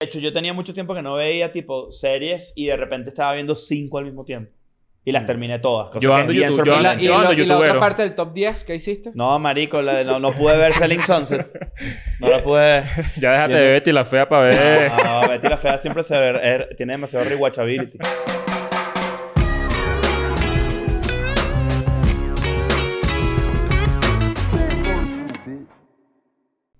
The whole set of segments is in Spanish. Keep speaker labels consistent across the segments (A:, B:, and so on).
A: De hecho, yo tenía mucho tiempo que no veía tipo series y de repente estaba viendo cinco al mismo tiempo. Y las terminé todas. cosa
B: Mm. Yo
A: que es
B: ando
A: bien
B: YouTube,
A: sorprendente.
B: yo
C: la, y
B: ando
C: lo- y la otra
B: youtubero.
C: parte del top 10 que hiciste.
A: No, marico, la de- no, no pude ver Selling Sunset. No la pude ver.
B: Ya déjate
A: Viendo-
B: de Betty la fea para ver.
A: No, Betty la Fea siempre se ve, er- tiene demasiado rewatchability.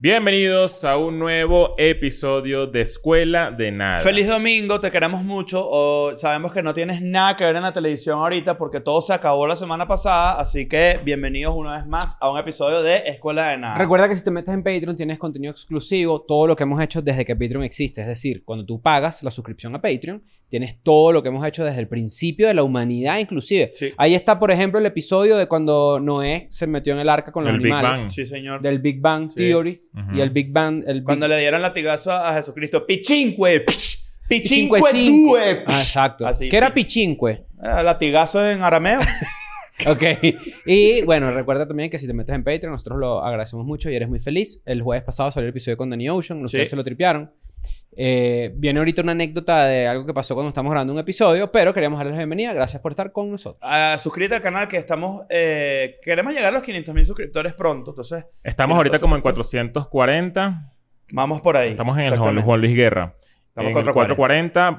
B: Bienvenidos a un nuevo episodio de Escuela de Nada.
A: Feliz domingo, te queremos mucho. O sabemos que no tienes nada que ver en la televisión ahorita porque todo se acabó la semana pasada. Así que bienvenidos una vez más a un episodio de Escuela de Nada.
C: Recuerda que si te metes en Patreon tienes contenido exclusivo, todo lo que hemos hecho desde que Patreon existe. Es decir, cuando tú pagas la suscripción a Patreon, tienes todo lo que hemos hecho desde el principio de la humanidad, inclusive.
A: Sí.
C: Ahí está, por ejemplo, el episodio de cuando Noé se metió en el arca con los
B: Del Big
C: animales.
B: Bang.
A: Sí, señor.
C: Del Big Bang
A: Sí.
C: Theory
B: Ujú.
C: y el Big Bang. El Big-
A: Cuando le dieron latigazo a Jesucristo. Pichinque. psh, Pichinque
C: Pichinque.
A: tue.
C: Ah, exacto.
A: eh. Así.
C: que era Pichinque.
A: Eh, Latigazo en arameo.
C: Ok. Y bueno, recuerda también que si te metes en Patreon, nosotros lo agradecemos mucho y eres muy feliz. El jueves pasado salió el episodio con Danny Ocean, ustedes
A: Sí.
C: se lo tripearon. Eh, viene ahorita una anécdota de algo que pasó cuando estamos grabando un episodio, pero queríamos darles la bienvenida. Gracias por estar con nosotros.
A: Ah, suscríbete al canal que estamos. eh, queremos llegar a los 500 mil suscriptores pronto. Entonces, Sí,
B: Estamos ahorita
A: entonces-
B: como en 440.
A: vamos por ahí.
B: Estamos en el Juan
A: Exactamente.
B: Juan Luis Guerra.
A: Estamos
B: en el
A: 440.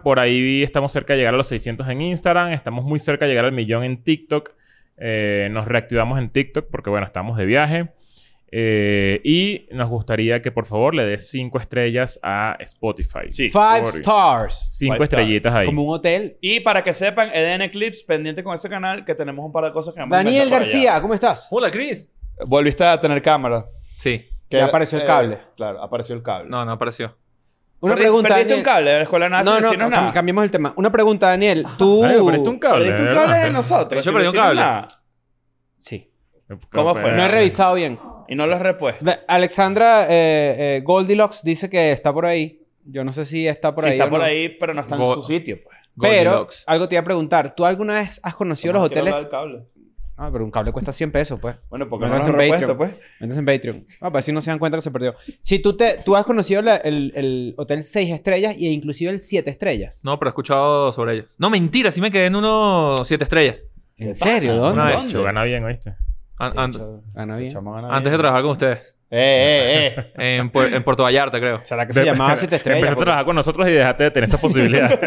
B: 440. Por ahí estamos cerca de llegar a los 600 en Instagram. Estamos muy cerca de llegar al millón en TikTok. Eh, nos reactivamos en TikTok porque, bueno, estamos de viaje. Eh, y nos gustaría que, por favor, le des 5 estrellas a Spotify.
A: Sí.
C: Five
B: por-
C: stars.
A: Five
B: 5
A: stars.
B: estrellitas ahí.
C: Como un hotel.
A: Y para que sepan, Eden Eclipse, pendiente con ese canal, que tenemos un par de cosas que vamos a
C: Daniel
A: inventar por allá.
C: García, ¿cómo estás?
D: Hola, Chris.
A: Volviste a tener cámara. eh,
D: Sí.
C: Ya apareció el cable.
A: Claro, apareció el cable.
D: No, no apareció.
C: Una
A: Perdi-
C: pregunta.
A: ¿Perdiste un
C: Daniel.
A: cable de la escuela de nada
C: No,
A: sin
C: no,
A: decirnos
C: cam-
A: nada?
C: cambiemos el tema. Una pregunta, Daniel. Tú.
A: uh,
B: Ay, perdiste un cable.
A: ¿Perdiste un
B: ¿verdad?
A: cable de nosotros?
D: Yo
A: sin
D: perdí un
A: decirnos
D: cable.
A: nada?
C: Sí.
B: Pues,
A: ¿Cómo fue?
C: No he revisado bien.
A: Y no lo has repuesto.
C: Da- Alexandra eh, eh, Goldilocks dice que está por ahí. Yo no sé si está por
A: Sí,
C: ahí.
A: está
C: o
A: por
C: no.
A: ahí, pero no está en
D: Go-
A: su sitio, pues.
C: Pero
D: Goldilocks.
C: algo te iba a preguntar. ¿Tú alguna vez has conocido los
A: No quiero hablar del
C: hoteles?
A: cable.
C: Ah, pero un cable cuesta 100 pesos, pues.
A: Bueno, porque
C: No
A: no lo has
C: hacen
A: repuesto,
C: Patreon.
A: pues.
C: Métanse en Patreon. Ah, pues si no se dan cuenta que se perdió. Si tú te, tú has conocido la- el, el hotel 6 estrellas e inclusive el 7 estrellas.
D: No, pero he escuchado sobre ellos. No, mentira, sí me quedé en uno siete estrellas.
C: ¿En
A: Ah,
C: serio? ¿Dónde?
D: Una vez.
B: Yo pues, gana bien, ¿oíste?
D: An- an-
C: Gana bien.
A: Chamo, gana
D: antes de
A: bien.
D: trabajar con ustedes.
A: Eh, eh, eh.
D: En, Puer- en Puerto Vallarta, creo.
C: ¿Será que se llamaba 7 estrellas?
B: pues, Empezaste a trabajar con nosotros y dejaste de tener esa posibilidad.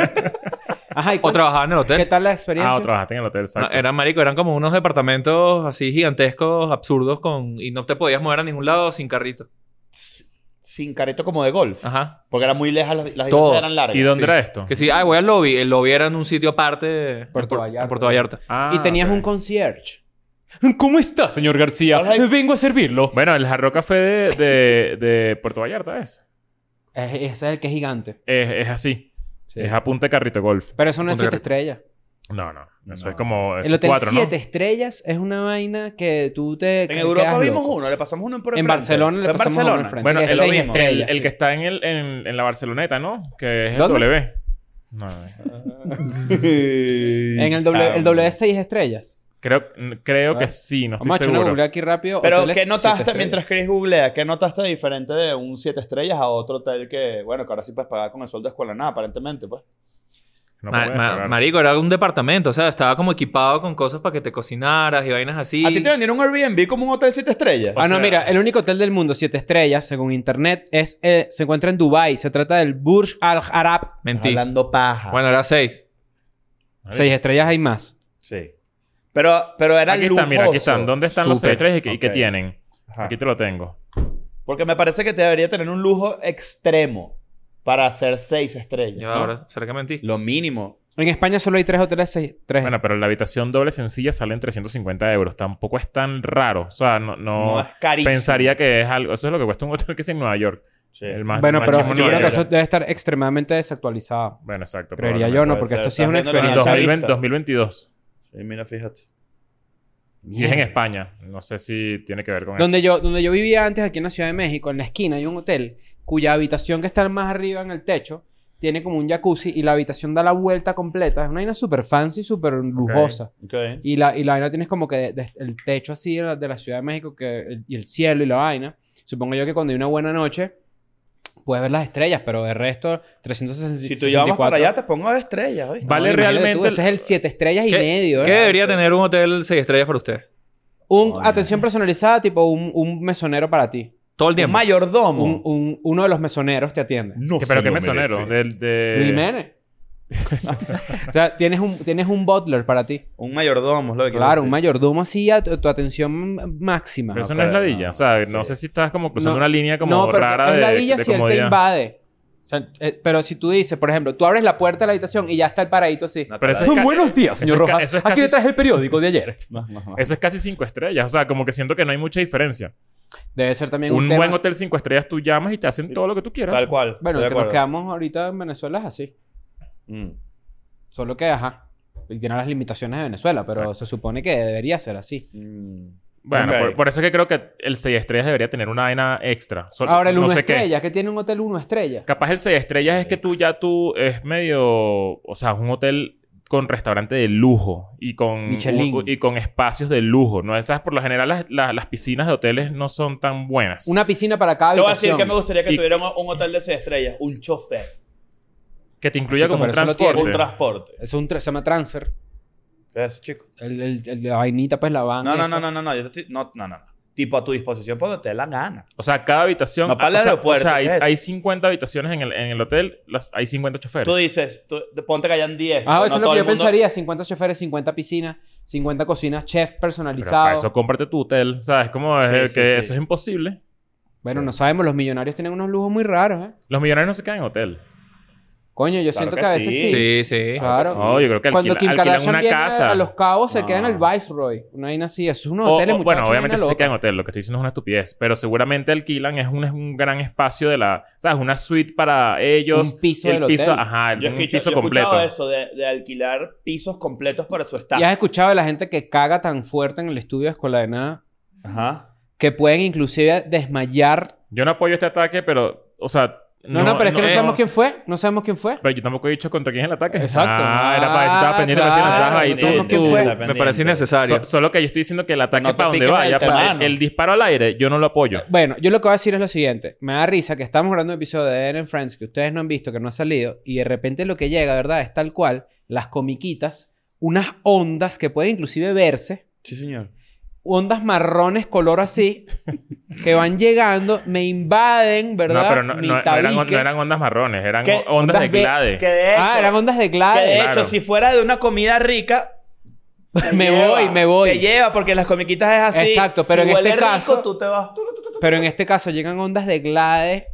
C: Ajá, ¿y
D: O
C: cuál-
D: trabajaba en el
C: ¿Qué
D: hotel.
C: tal la experiencia?
B: ah, o trabajaste en el hotel.
D: No,
B: exacto.
D: eran marico, eran como unos departamentos así gigantescos, absurdos, con y no te podías mover a ningún lado sin carrito.
A: Sin careto como de golf.
D: Ajá.
A: Porque era muy lejas, las, las
D: Todo.
A: distancias eran largas.
B: ¿Y dónde
D: Sí.
B: era esto?
D: Que sí, ah, voy al lobby. El lobby era en un sitio aparte. en
C: Puerto
D: Puer-
C: Vallarta.
D: En Puerto Vallarta.
B: Ah,
C: y tenías
B: ok.
C: un concierge. ¿Cómo está, señor García?
A: Hola.
C: Vengo a servirlo.
B: Bueno, el Hard Rock Café de, de, de Puerto Vallarta es.
C: Eh, Ese es el que es gigante.
B: Es, es así.
C: Sí.
B: Es a punta de carrito de golf.
C: Pero eso no es
D: Punta
C: 7 estrellas.
B: No, no. Eso
A: No.
B: es como... eso
C: El
B: es
C: Hotel
B: cuatro,
C: 7
B: ¿no?
C: estrellas es una vaina que tú te.
A: En Europa vimos
C: uno.
A: uno, le pasamos uno por
C: En
A: enfrente.
C: Barcelona le
A: Fue en
C: pasamos uno
A: Barcelona.
C: enfrente.
B: Bueno,
C: que es
B: el,
C: seis
B: el-
C: estrellas,
B: el
C: sí.
B: que está en, el, en, en la Barceloneta, ¿no? Que es el
C: ¿Dónde?
B: W. No, eh.
C: En
A: en
C: el, doble, el doble 6 estrellas.
B: creo, creo
C: Ah.
B: que sí. No estoy
C: Vamos a echar una
B: seguro.
C: googlea aquí rápido.
A: Pero,
C: Hoteles
A: ¿qué
C: siete
A: notaste
C: estrellas.
A: mientras Chris googlea? ¿Qué notaste diferente de un 7 estrellas a otro hotel que, bueno, que ahora sí puedes pagar con el sueldo de escuela nada, aparentemente, pues?
B: No
D: Ma-
B: puedes
D: ma-
B: parar.
D: marico, era un departamento. O sea, estaba como equipado con cosas para que te cocinaras y vainas así.
A: ¿A ti te vendieron un Airbnb como un hotel 7 estrellas?
B: O
C: Ah, no,
B: sea-
C: mira, el único hotel del mundo 7 estrellas, según internet, es, eh, se encuentra en Dubái. Se trata del Burj Al Arab.
A: Estás
D: Mentí.
A: Hablando paja.
D: Bueno, era seis.
B: Marico.
C: 6 estrellas hay más.
A: Sí. Pero, pero era
B: Aquí
A: lujoso.
B: están, mira, aquí están. ¿Dónde están los
D: Súper.
B: 63 y, qué- y qué
A: Ok. Ah.
B: tienen?
A: Ajá.
B: Aquí te lo tengo.
A: Porque me parece que te debería tener un lujo extremo para hacer 6 estrellas.
D: Ya,
A: ¿no?
D: ahora, ¿será que mentí?
A: Lo mínimo.
C: En España solo hay 3 hoteles 6
A: Eh.
C: estrellas.
B: Bueno, pero la habitación doble sencilla sale en 350 euros. Tampoco es tan raro. O sea, no,
A: No,
B: no,
A: es carísimo.
B: pensaría que es algo. Eso es lo que cuesta un hotel que es en Nueva York.
A: Sí.
B: El más,
C: bueno,
B: más
C: pero
B: chimbo en
C: yo creo
B: Nueva
C: que
B: York.
C: eso debe estar extremadamente desactualizado.
B: Bueno, exacto.
C: Creería yo,
B: probablemente.
C: ¿no?
A: Puede
C: Porque
A: ser.
C: esto sí es una
A: Estás viendo la
C: experiencia.
A: Esa
B: En 2020,
A: vista.
B: 2022.
A: Sí, mira, fíjate.
B: Y es en España. No sé si tiene que ver
D: Pues
B: con
C: Donde yo, donde yo vivía antes, aquí en la Ciudad de México, en la esquina hay un hotel cuya habitación que está más arriba en el techo tiene como un jacuzzi y la habitación da la vuelta completa. Es una vaina súper fancy, súper lujosa.
A: Ok.
C: Y la, y la vaina tienes como que de- de- el techo así de la, de la Ciudad de México que, el- y el cielo y la vaina. Supongo yo que cuando hay una buena noche, puedes ver las estrellas, pero de resto, 364.
A: Si tú ya vamos para allá, te pongo de estrellas, ¿oíste?
B: Vale
C: imagínate
B: realmente
C: tú,
B: el-
C: ese es el 7 estrellas y
D: ¿Qué-
C: medio, ¿eh?
D: ¿Qué debería tener un hotel 6 estrellas para usted?
C: Un,
A: Coño.
C: atención personalizada, tipo un, un mesonero para ti.
D: Todo el
A: Un
D: tiempo.
A: mayordomo.
C: Un- un- uno de los mesoneros te atiende.
A: No
B: Que-
A: se
B: pero qué
A: lo
B: mesonero.
A: merece.
B: Del, de...
C: Luis Jiménez. o sea, tienes un, tienes un butler para ti.
A: Un mayordomo, es lo que quiero
C: Claro,
A: decir.
C: un mayordomo así a tu, tu atención máxima.
B: Pero eso
A: No
B: no es
A: creo,
B: ladilla.
A: no,
B: o sea,
A: sí.
B: no sé si estás como cruzando
C: No,
B: una línea como rara
C: es
B: de,
C: ladilla
B: de
C: si él te
B: comodidad.
C: invade. O sea, eh, pero si tú dices, por ejemplo, tú abres la puerta de la habitación y ya está el paradito así.
A: No,
B: Pero
A: está
B: eso es ca-
C: Buenos días,
B: eso
C: señor
B: es ca-
C: Rojas.
B: eso es
C: Aquí
B: casi-
C: le traje el periódico de ayer.
A: No, no, no.
B: Eso es casi cinco estrellas. O sea, como que siento que no hay mucha diferencia.
C: Debe ser también un,
B: Un
C: tema-
B: buen hotel cinco estrellas tú llamas y te hacen todo lo que tú quieras.
A: Tal cual.
C: Bueno,
A: estoy de
C: el que nos
A: acuerdo.
C: quedamos ahorita en Venezuela es así.
A: Mm.
C: Solo que, ajá, y tiene las limitaciones de Venezuela, pero
B: Exacto.
C: se supone que debería ser así.
A: Mm.
B: Bueno,
A: Ok.
B: por, por eso es que creo que el 6 estrellas debería tener una vaina extra. Sol-
C: Ahora, el
B: no
C: 1
B: sé qué.
C: estrella, que tiene un hotel 1 estrella.
B: Capaz el 6 estrellas es que tú ya tú es medio, o sea, es un hotel con restaurante de lujo y con
C: Michelin.
B: u- y con espacios de lujo, no esas por lo general las, las, las piscinas de hoteles no son tan buenas.
C: Una piscina para cada
A: Te voy a decir
C: habitación.
A: que me gustaría que
B: Y-
A: tuviera un, un hotel de seis estrellas. Un chofer.
B: que te incluya
C: Chico,
B: como un
C: pero eso lo tiene.
B: transporte.
A: Un transporte.
C: Es un tra- se llama transfer.
A: Eso, chico.
C: El, el, el de la vainita, pues la van.
A: No, no,
C: esa.
A: no, no, no, no. Yo te estoy- no, no, no. no. Tipo a tu disposición cuando te dé la gana.
B: o sea, cada habitación
A: No, para el
B: o sea,
A: aeropuerto,
B: o sea, hay,
A: ¿qué es?
B: hay 50 habitaciones en el, en el hotel, las, hay 50 choferes.
A: Tú dices, tú- ponte que hayan 10.
C: Ah,
A: pero
C: eso
A: no
C: es lo
A: todo
C: que yo
A: el mundo-
C: pensaría. 50 choferes, 50 piscinas, 50 cocinas, chef
B: Pero para
C: personalizado.
B: eso cómprate tu hotel, ¿sabes? Como es
A: Sí,
B: eh,
A: sí,
B: que
A: sí.
B: eso es imposible.
C: Bueno, no sabemos, los millonarios tienen unos lujos muy raros, ¿eh?
B: Los millonarios no se quedan en hotel.
C: Coño, yo
A: Claro
C: siento
A: que
C: que, a veces
A: sí.
C: sí.
D: Sí, sí.
C: Claro.
B: No, yo creo que
C: Cuando
B: alquila-
C: Kim
B: alquilan
C: Kardashian
B: una
C: viene
B: casa.
C: a Los Cabos se
A: No.
C: queda en el Viceroy. Una vaina así. Eso es un
B: O-
C: hotel,
B: o-
C: muchachos.
B: bueno, obviamente sí
C: vaina
B: se queda en
C: loca.
B: hotel, lo que estoy diciendo es una estupidez, pero seguramente alquilan, es un, es un gran espacio de la, ¿sabes? Una suite para ellos.
C: Un piso
B: el
C: del
B: piso,
C: hotel.
B: ajá,
A: Yo he
B: un
A: escuchado,
B: piso
A: yo he escuchado
B: completo.
A: eso de, de alquilar pisos completos para su staff.
C: ¿Y has escuchado de la gente que caga tan fuerte en el estudio de Escuela de Nada
A: Ajá.
C: que pueden inclusive desmayar?
B: Yo no apoyo este ataque, pero, o sea,
C: No, no, pero es que no, sabemos quién fue. No sabemos quién fue.
B: Pero yo tampoco he dicho contra quién es el ataque.
C: Exacto.
B: Ah, era para eso estaba
C: Ah,
B: pendiente
C: claro,
B: recién lanzado ahí
C: no sabemos
B: tú-
C: quién
B: tú-
C: fue.
A: Está
D: Me parece
A: pendiente.
D: innecesario.
B: So- solo que yo estoy diciendo que el ataque
A: no te
B: para donde
A: piques
B: vaya,
A: del
B: pa-
A: temano.
B: el disparo al aire, yo no lo apoyo.
C: Bueno, yo lo que voy a decir es lo siguiente. Me da risa que estamos grabando un episodio de Eren Friends que ustedes no han visto, que no ha salido, y de repente lo que llega, ¿verdad? Es tal cual, las comiquitas, unas ondas que pueden inclusive verse,
A: Sí, señor.
C: ondas marrones color así, que van llegando, me invaden, ¿verdad?
B: No, pero no,
C: Mi
B: no- no eran, on-
C: tabique.
B: no eran ondas marrones, eran
A: ¿Qué?
B: o- ondas de
C: Ondas ve-
B: glade.
A: Que de hecho,
C: Ah, eran ondas de
A: que de
C: Glade.
A: hecho
B: Claro.
A: si fuera de una comida rica... te
C: Me voy, me voy.
A: Te lleva, porque en las comiquitas es así.
C: Exacto, pero
A: si
C: en
A: huele
C: este
A: rico,
C: caso-
A: tú te vas...
C: Pero en este caso llegan ondas de Glade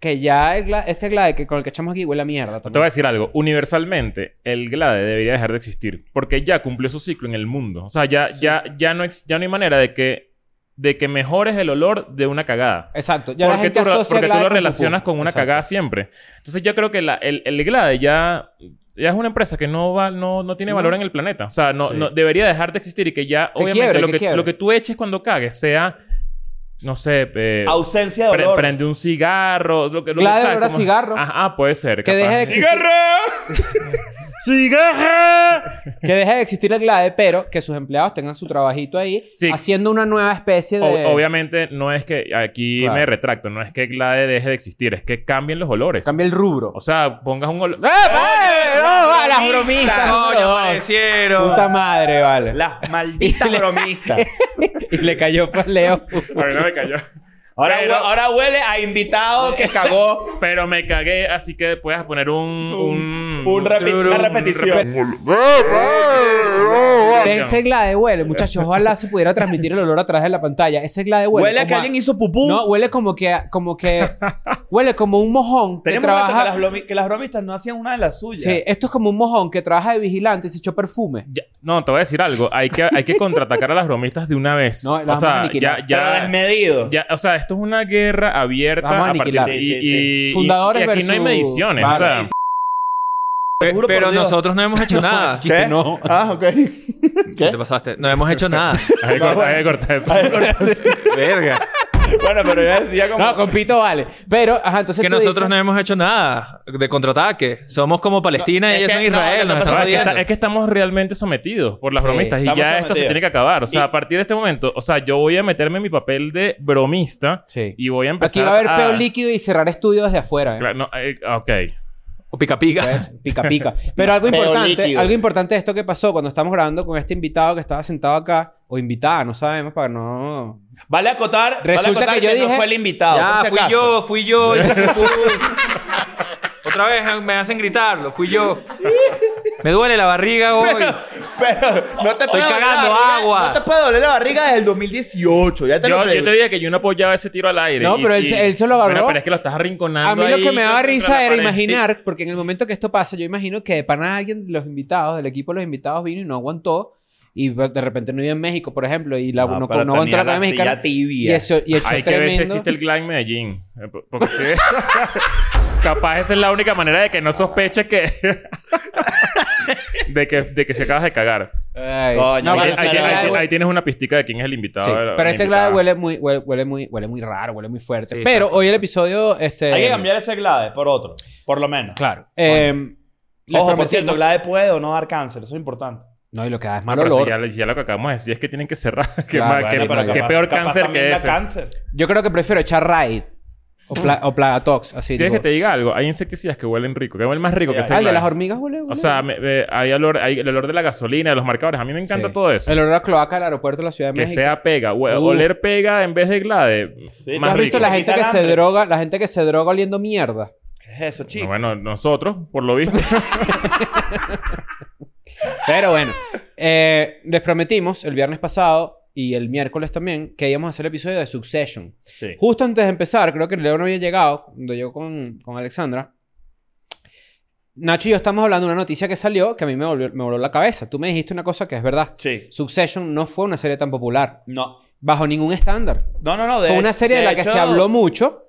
C: que ya el gla- este Glade que con el que echamos aquí huele a mierda.
B: Te voy a
C: también.
B: decir algo. Universalmente, el GLADE debería dejar de existir. Porque ya cumplió su ciclo en el mundo. O sea, ya, ya, ya, no, ex- ya no hay manera de que, de que mejores el olor de una cagada.
C: Exacto. Ya la
B: porque
C: gente
B: tú, re-
C: asocia
B: porque tú
C: Glade
B: lo
C: con
B: relacionas
C: pupú.
B: con una
C: Exacto.
B: cagada siempre. Entonces yo creo que la- el, el GLADE ya, ya es una empresa que no, va, no, no tiene
C: No.
B: valor en el planeta. O sea, no,
A: Sí.
B: no- debería dejar de existir y que ya,
C: Que
B: obviamente,
C: quiebre,
B: lo,
C: que
B: que,
C: quiebre.
B: lo que tú eches cuando cagues sea, no sé, eh,
C: Ah,
A: Ausencia de
B: pre-
A: olor.
B: prende un cigarro. Lo que, lo
C: Glade
B: que, ¿sabes?
C: olor a
B: Como-
C: cigarro.
B: Ajá, ah, puede ser.
C: Que
B: capaz.
C: deje de existir.
B: ¡Cigarro!
C: Que deje de existir el GLADE, pero que sus empleados tengan su trabajito ahí,
B: Sí.
C: haciendo una nueva especie de.
B: O- obviamente no es que aquí
C: Claro.
B: me retracto, no es que Glade deje de existir, es que cambien los olores.
C: Cambia el rubro.
B: O sea, pongas un olor.
C: ¡Eh, eh! ¡No, va, las bromistas!
D: Coño,
C: bro!
D: aparecieron.
C: ¡Puta madre, vale!
A: Las malditas bromistas.
C: Y le cayó pues Leo.
B: A mí no me cayó.
A: Ahora,
B: Pero-
A: hue- ahora huele a invitado que cagó.
B: Pero me cagué, así que puedes poner un Mm, un,
A: Un repi- una repetición.
C: Ese Glade huele, muchachos. Ojalá se pudiera transmitir el olor a través de la pantalla. Ese Glade huele.
A: Huele, a que
C: como
A: alguien hizo pupú.
C: No, huele como que. Como que huele como un mojón. Que
A: Tenemos rato que,
C: trabaja.
A: las bromi- que las bromistas no hacían una de las suyas.
C: Sí, esto es como un mojón que trabaja de vigilante y se echó perfume.
B: Ya- no, te voy a decir algo. Hay que, hay que contraatacar a las bromistas de una vez.
C: No, las
B: o
C: vamos a
B: sea,
C: aniquilar.
B: ya,
A: Pero
B: ya,
A: desmedido.
B: ya- o sea, esto es una guerra abierta
C: Vamos a
B: partir-
C: aniquilar.
B: y,
A: Sí, sí,
B: y- y-
C: Fundadores
B: y aquí no hay
C: versus-
B: mediciones.
C: Vale.
B: O sea,
A: Te juro por
D: Pero
A: Dios.
D: nosotros no hemos hecho nada.
C: es chiste, no.
A: Ah, ok.
D: ¿Qué te pasaste? No hemos hecho nada.
B: hay que cortar- hay que cortar eso.
A: A ver, ahora sí.
D: Verga.
A: bueno, pero yo decía como...
C: No, con pito vale. Pero, ajá, entonces
D: que
C: tú
D: nosotros
C: dices-
D: no hemos hecho nada de contraataque. Somos como Palestina
A: No,
D: y
A: es
D: ellos
A: que-
D: son
A: no,
D: Israel.
A: lo que
D: nos
A: pasa
D: están
B: es, que
D: jodiendo.
B: está- es que estamos realmente sometidos por las
C: Sí,
B: bromistas y ya
A: estamos
B: esto se
A: sometidos.
B: tiene que acabar. O sea,
A: Y-
B: a partir de este momento, o sea, yo voy a meterme en mi papel de bromista
C: Sí.
B: y voy a
C: Aquí
B: empezar
C: va a haber peo
B: a-
C: líquido y cerrar estudios desde afuera. ¿eh?
B: Claro, no, eh, ok.
D: O pica pica.
C: Pues, pica pica. Pero algo
A: Peo
C: importante,
A: líquido.
C: algo importante de esto que pasó cuando estamos grabando con este invitado que estaba sentado acá, o invitada, no sabemos, para no.
A: Vale acotar,
C: Resulta
A: vale acotar
C: que
A: que,
C: yo
A: no
C: dije-
A: fue el invitado.
D: ya,
A: por si
D: fui
A: acaso.
D: yo, fui yo. Otra vez me hacen gritarlo, fui yo. Me duele la barriga hoy.
A: Pero no te puede doler la
D: cagando
A: barriga-
D: agua.
A: No te puede doler la barriga desde el 2018. Ya te lo
B: Yo,
A: creí.
B: yo te dije que yo no apoyaba ese tiro al aire.
C: No, pero él se- él se lo agarró.
B: Bueno, pero es que lo estás arrinconando.
C: A mí lo
B: ahí
C: que me daba
B: contra
C: risa
B: la
C: era
B: pared.
C: imaginar, porque en el momento que esto pasa, yo imagino que de pana alguien de los invitados, del equipo de los invitados, vino y no aguantó. Y de repente no vive en México, por ejemplo, y la, no, no,
A: Ah, pero
C: aguantó
A: tenía
C: la cadena
A: silla
C: mexicana. Y,
A: tibia.
C: eso, y echó
B: Hay que ver si
C: tremendo.
B: existe el Glam Medellín. Eh, po- Porque sí. Capaz esa es la única manera de que no sospeches que... de que... De que se acabas de cagar.
C: Ay.
A: Coño,
C: No,
B: Ahí,
A: mira,
C: pero
B: ahí-
A: ese
C: este
B: ahí-
A: era
C: Glad
B: ahí-
A: algo-
C: huele-
B: ahí tienes una pistica de quién es el invitado.
C: sí,
B: de la-
C: Pero
B: la
C: este
B: invitada.
C: glade huele muy, huele, huele muy, huele muy raro, huele muy fuerte.
D: Sí,
C: pero hoy el episodio... Este,
A: Hay que cambiar ese Glade por otro, por lo menos.
C: Claro. Eh, les
A: Ojo, por
C: prometimos-
A: cierto, Glade puede o no dar cáncer, eso es importante.
C: No, y lo que da es mal
B: Pero si
C: olor.
B: ya, si ya lo que acabamos de decir es que tienen que cerrar. que
C: Claro,
B: más-
C: bueno,
B: Ah, que-
C: pero
B: que
A: capaz-
B: peor
A: capaz
B: cáncer
A: también
B: que
A: da
B: ese.
A: cáncer.
C: Yo creo que prefiero echar Raid o, pla- o Plagatox, así.
B: ¿Quieres que
C: tipo,
B: te diga algo? Hay insecticidas que huelen rico. Que huelen más rico
A: Sí,
B: que
A: hay.
B: ese
C: Ah, el de
B: Glad.
C: las hormigas huele...
B: O sea, me- me- hay, olor, hay el olor de la gasolina, de los marcadores. A mí me encanta
C: Sí.
B: todo eso.
C: El olor a cloaca del aeropuerto de la Ciudad de
B: Que
C: México.
B: sea pega. Hue-
C: Uf.
B: Oler pega en vez de glade.
A: Sí,
B: más
C: ¿Tú has visto
B: rico.
C: la
A: Te
C: gente
A: quita
C: que
A: el
C: se
A: hambre.
C: droga, la gente que se droga oliendo mierda?
A: ¿Qué es eso,
B: No,
A: chico?
B: bueno, nosotros, por lo visto.
C: Pero bueno, eh, les prometimos el viernes pasado y el miércoles también que íbamos a hacer el episodio de Succession.
A: Sí.
C: Justo antes de empezar, creo que Leo no había llegado, cuando yo con, con Alexandra. Nacho y yo estamos hablando de una noticia que salió que a mí me, volvió- me voló la cabeza. Tú me dijiste una cosa que es verdad.
A: Sí.
C: Succession no fue una serie tan popular,
A: No.
C: bajo ningún estándar.
A: No, no, no. de-
C: Fue una serie de, la que
A: hecho,
C: se habló mucho,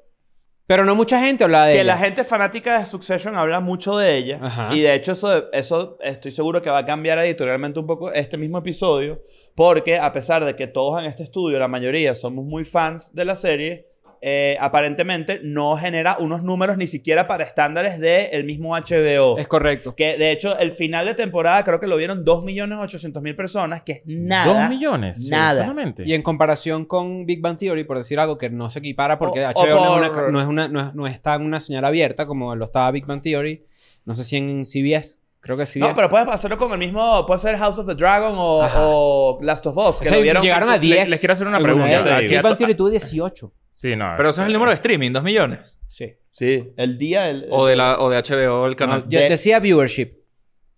C: pero no mucha gente hablaba de
A: Que
C: ella.
A: la gente fanática de Succession habla mucho de ella.
C: Ajá.
A: Y de hecho, eso, eso estoy seguro que va a cambiar editorialmente un poco este mismo episodio. Porque a pesar de que todos en este estudio, la mayoría, somos muy fans de la serie, eh, aparentemente no genera unos números ni siquiera para estándares del el mismo HBO.
C: Es correcto.
A: Que de hecho, el final de temporada creo que lo vieron 2.800.000 personas, que es nada.
B: Dos millones.
A: Nada.
B: Solamente.
C: Y en comparación con Big Bang Theory, por decir algo que no se equipara porque
A: O- o
C: HBO no, es una,
A: por-
C: no, es una- no es- no está en una señal abierta como lo estaba Big Bang Theory. No sé si en CBS. Creo que CBS.
A: No, pero puedes hacerlo con el mismo. Puede ser House of the Dragon o,
C: Ajá.
A: o Last of Us. Que
C: O sea,
A: lo vieron.
C: llegaron a
B: Le-
C: 10.
B: les quiero hacer una
C: alguna
B: pregunta.
C: vez.
A: Aquí
C: Big
B: a
C: Bang
B: to-
C: Theory tuvo 18.
B: Sí, no.
D: Pero eso es el número de streaming, 2 millones.
C: Sí.
A: Sí, el día. del...
D: O de, la, o de HBO, el canal.
C: Yo
A: de-
C: decía viewership.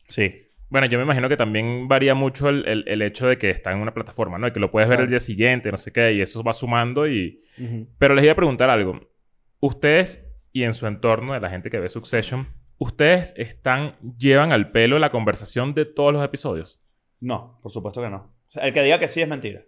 A: Sí.
B: Bueno, yo me imagino que también varía mucho el, el- el hecho de que está en una plataforma, ¿no? Y que lo puedes ver
C: Claro.
B: el día siguiente, no sé qué. Y eso va sumando y...
C: Ujú.
B: Pero les iba a preguntar algo. Ustedes y en su entorno de la gente que ve Succession, ustedes están llevan al pelo la conversación de todos los episodios.
A: No, por supuesto que no. O sea, el que diga que sí es mentira.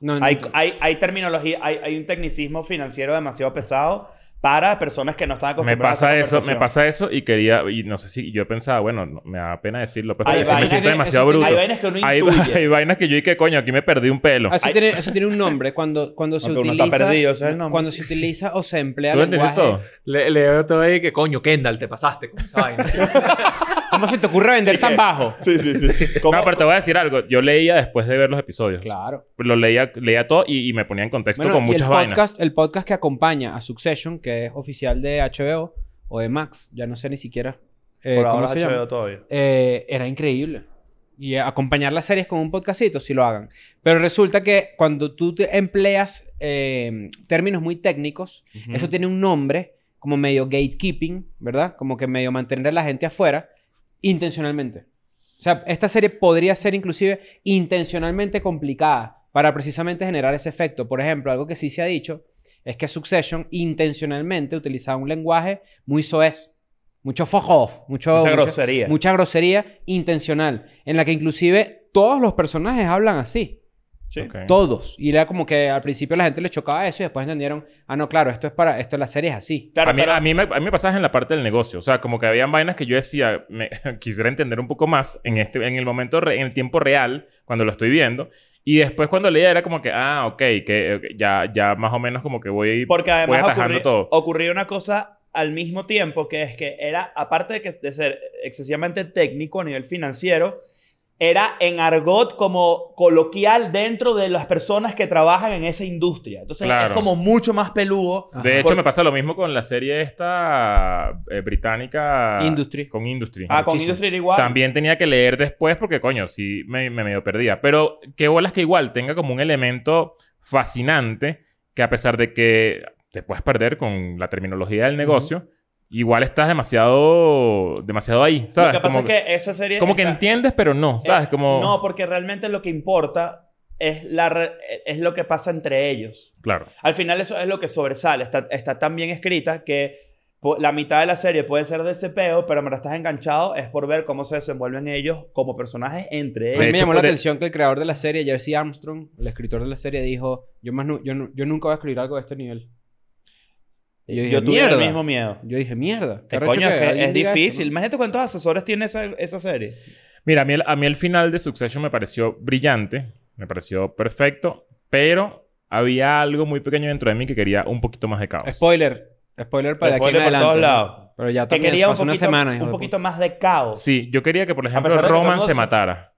C: No, no,
A: Hay,
C: no.
A: hay, hay terminología, hay, hay un tecnicismo financiero demasiado pesado para personas que no están
B: Me
A: acostumbradas a
B: pasa
A: esa
B: eso, me
A: conversación.
B: pasa eso y quería y no sé si yo pensaba, bueno, no- me da pena decirlo, pero
A: Hay
B: es que me
A: vainas
B: siento
C: que-
B: demasiado
C: eso que-
B: bruto.
A: Hay vainas que uno
B: Hay,
A: intuye.
B: hay vainas que yo y que coño, aquí me perdí un pelo.
C: Eso,
A: hay-
C: tiene, eso tiene un nombre. Cuando, cuando se
A: que uno
C: utiliza.
A: está perdido, ese es el nombre.
C: Cuando se utiliza o se emplea.
B: ¿Tú lo entendiste
C: lenguaje-
B: todo?
D: Le, le veo todo ahí que, coño, Kendall, te pasaste con esa vaina.
C: ¿Cómo se te ocurre vender tan bajo?
A: Sí, sí, sí. ¿Cómo-
B: No, pero te voy a decir algo. Yo leía después de ver los episodios.
C: Claro.
B: Lo leía, leía todo y, y me ponía en contexto
C: Bueno,
B: con
C: y
B: muchas
C: el podcast,
B: vainas.
C: El podcast que acompaña a Succession, que es oficial de HBO o de Max, ya no sé ni siquiera eh,
A: por
C: cómo
A: ahora
C: se
A: HBO
C: llama.
A: todavía.
C: Eh, era increíble. Y eh, acompañar las series con un podcastito, si lo hagan. Pero resulta que cuando tú te empleas eh, términos muy técnicos,
B: Ujú.
C: eso tiene un nombre como medio gatekeeping, ¿verdad? Como que medio mantener a la gente afuera intencionalmente. O sea, esta serie podría ser inclusive intencionalmente complicada para precisamente generar ese efecto. Por ejemplo, algo que sí se ha dicho es que Succession intencionalmente utilizaba un lenguaje muy soez, mucho fuck off, mucho,
A: Mucha
C: mucho-
A: grosería.
C: mucha grosería intencional, en la que inclusive todos los personajes hablan así.
A: Sí.
B: Ok.
C: Todos. Y era como que al principio la gente le chocaba eso y después entendieron, ah, no, claro, esto es para, esto la serie es así.
A: Claro,
B: a, mí,
A: pero-
B: a, mí me, a mí me pasaba en la parte del negocio. O sea, como que habían vainas que yo decía, me- quisiera entender un poco más en, este, en el momento, re- en el tiempo real, cuando lo estoy viendo. Y después cuando leía era como que, ah, ok, que ok, ya, ya más o menos como que voy...
A: Porque además
B: atajando
A: ocurri-
B: todo.
A: ocurrió una cosa al mismo tiempo que es que era, aparte de, que, de ser excesivamente técnico a nivel financiero, era en argot como coloquial dentro de las personas que trabajan en esa industria. Entonces
B: Claro.
A: es como mucho más peludo.
B: De hecho,
A: Por-
B: me pasa lo mismo con la serie esta eh, británica...
C: Industry.
B: Con Industry.
A: Ah, con
B: Muchísimo.
A: Industry era igual.
B: También tenía que leer después porque, coño, sí me, me medio perdía. Pero qué bolas que igual tenga como un elemento fascinante que a pesar de que te puedes perder con la terminología del negocio, igual estás demasiado, demasiado ahí,
A: Lo
B: ¿sabes?
A: que pasa
B: como
A: es que esa serie...
B: como que
A: está-
B: entiendes, pero no, ¿sabes?
A: eh,
B: Como...
A: No, porque realmente lo que importa es, la re- es lo que pasa entre ellos.
B: Claro.
A: Al final eso es lo que sobresale. Está, está tan bien escrita que po- la mitad de la serie puede ser de ese peo, pero me estás enganchado es por ver cómo se desenvuelven ellos como personajes entre
B: De
C: A
A: ellos.
C: mí me
B: hecho,
C: llamó la
B: por el-
C: atención que el creador de la serie, Jersey Armstrong, el escritor de la serie, dijo, yo, más nu- yo, nu- yo nunca voy a escribir algo de este nivel. Y yo dije,
A: Yo tuve
C: mierda.
A: el mismo miedo.
C: Yo dije, mierda. qué
A: Que
C: arrecho
A: coño, es, que
C: alguien
A: es
C: diga esto,
A: difícil.
C: ¿no?
A: Imagínate cuántos asesores tiene esa, esa serie.
B: Mira, a mí, el, a mí el final de Succession me pareció brillante, me pareció perfecto, pero había algo muy pequeño dentro de mí que quería un poquito más de caos.
C: Spoiler. Spoiler para de aquí en
A: Spoiler por
C: adelante.
A: todos
C: ¿no?
A: lados.
C: Pero ya
A: Te
C: también
A: quería un
C: pasó
A: poquito,
C: una semana, hijo
A: un
C: de
A: poquito más de caos.
B: Sí, yo quería que, por ejemplo,
A: pesar de que
B: Roman
A: todo
B: se
A: se-
B: matara.
C: puta.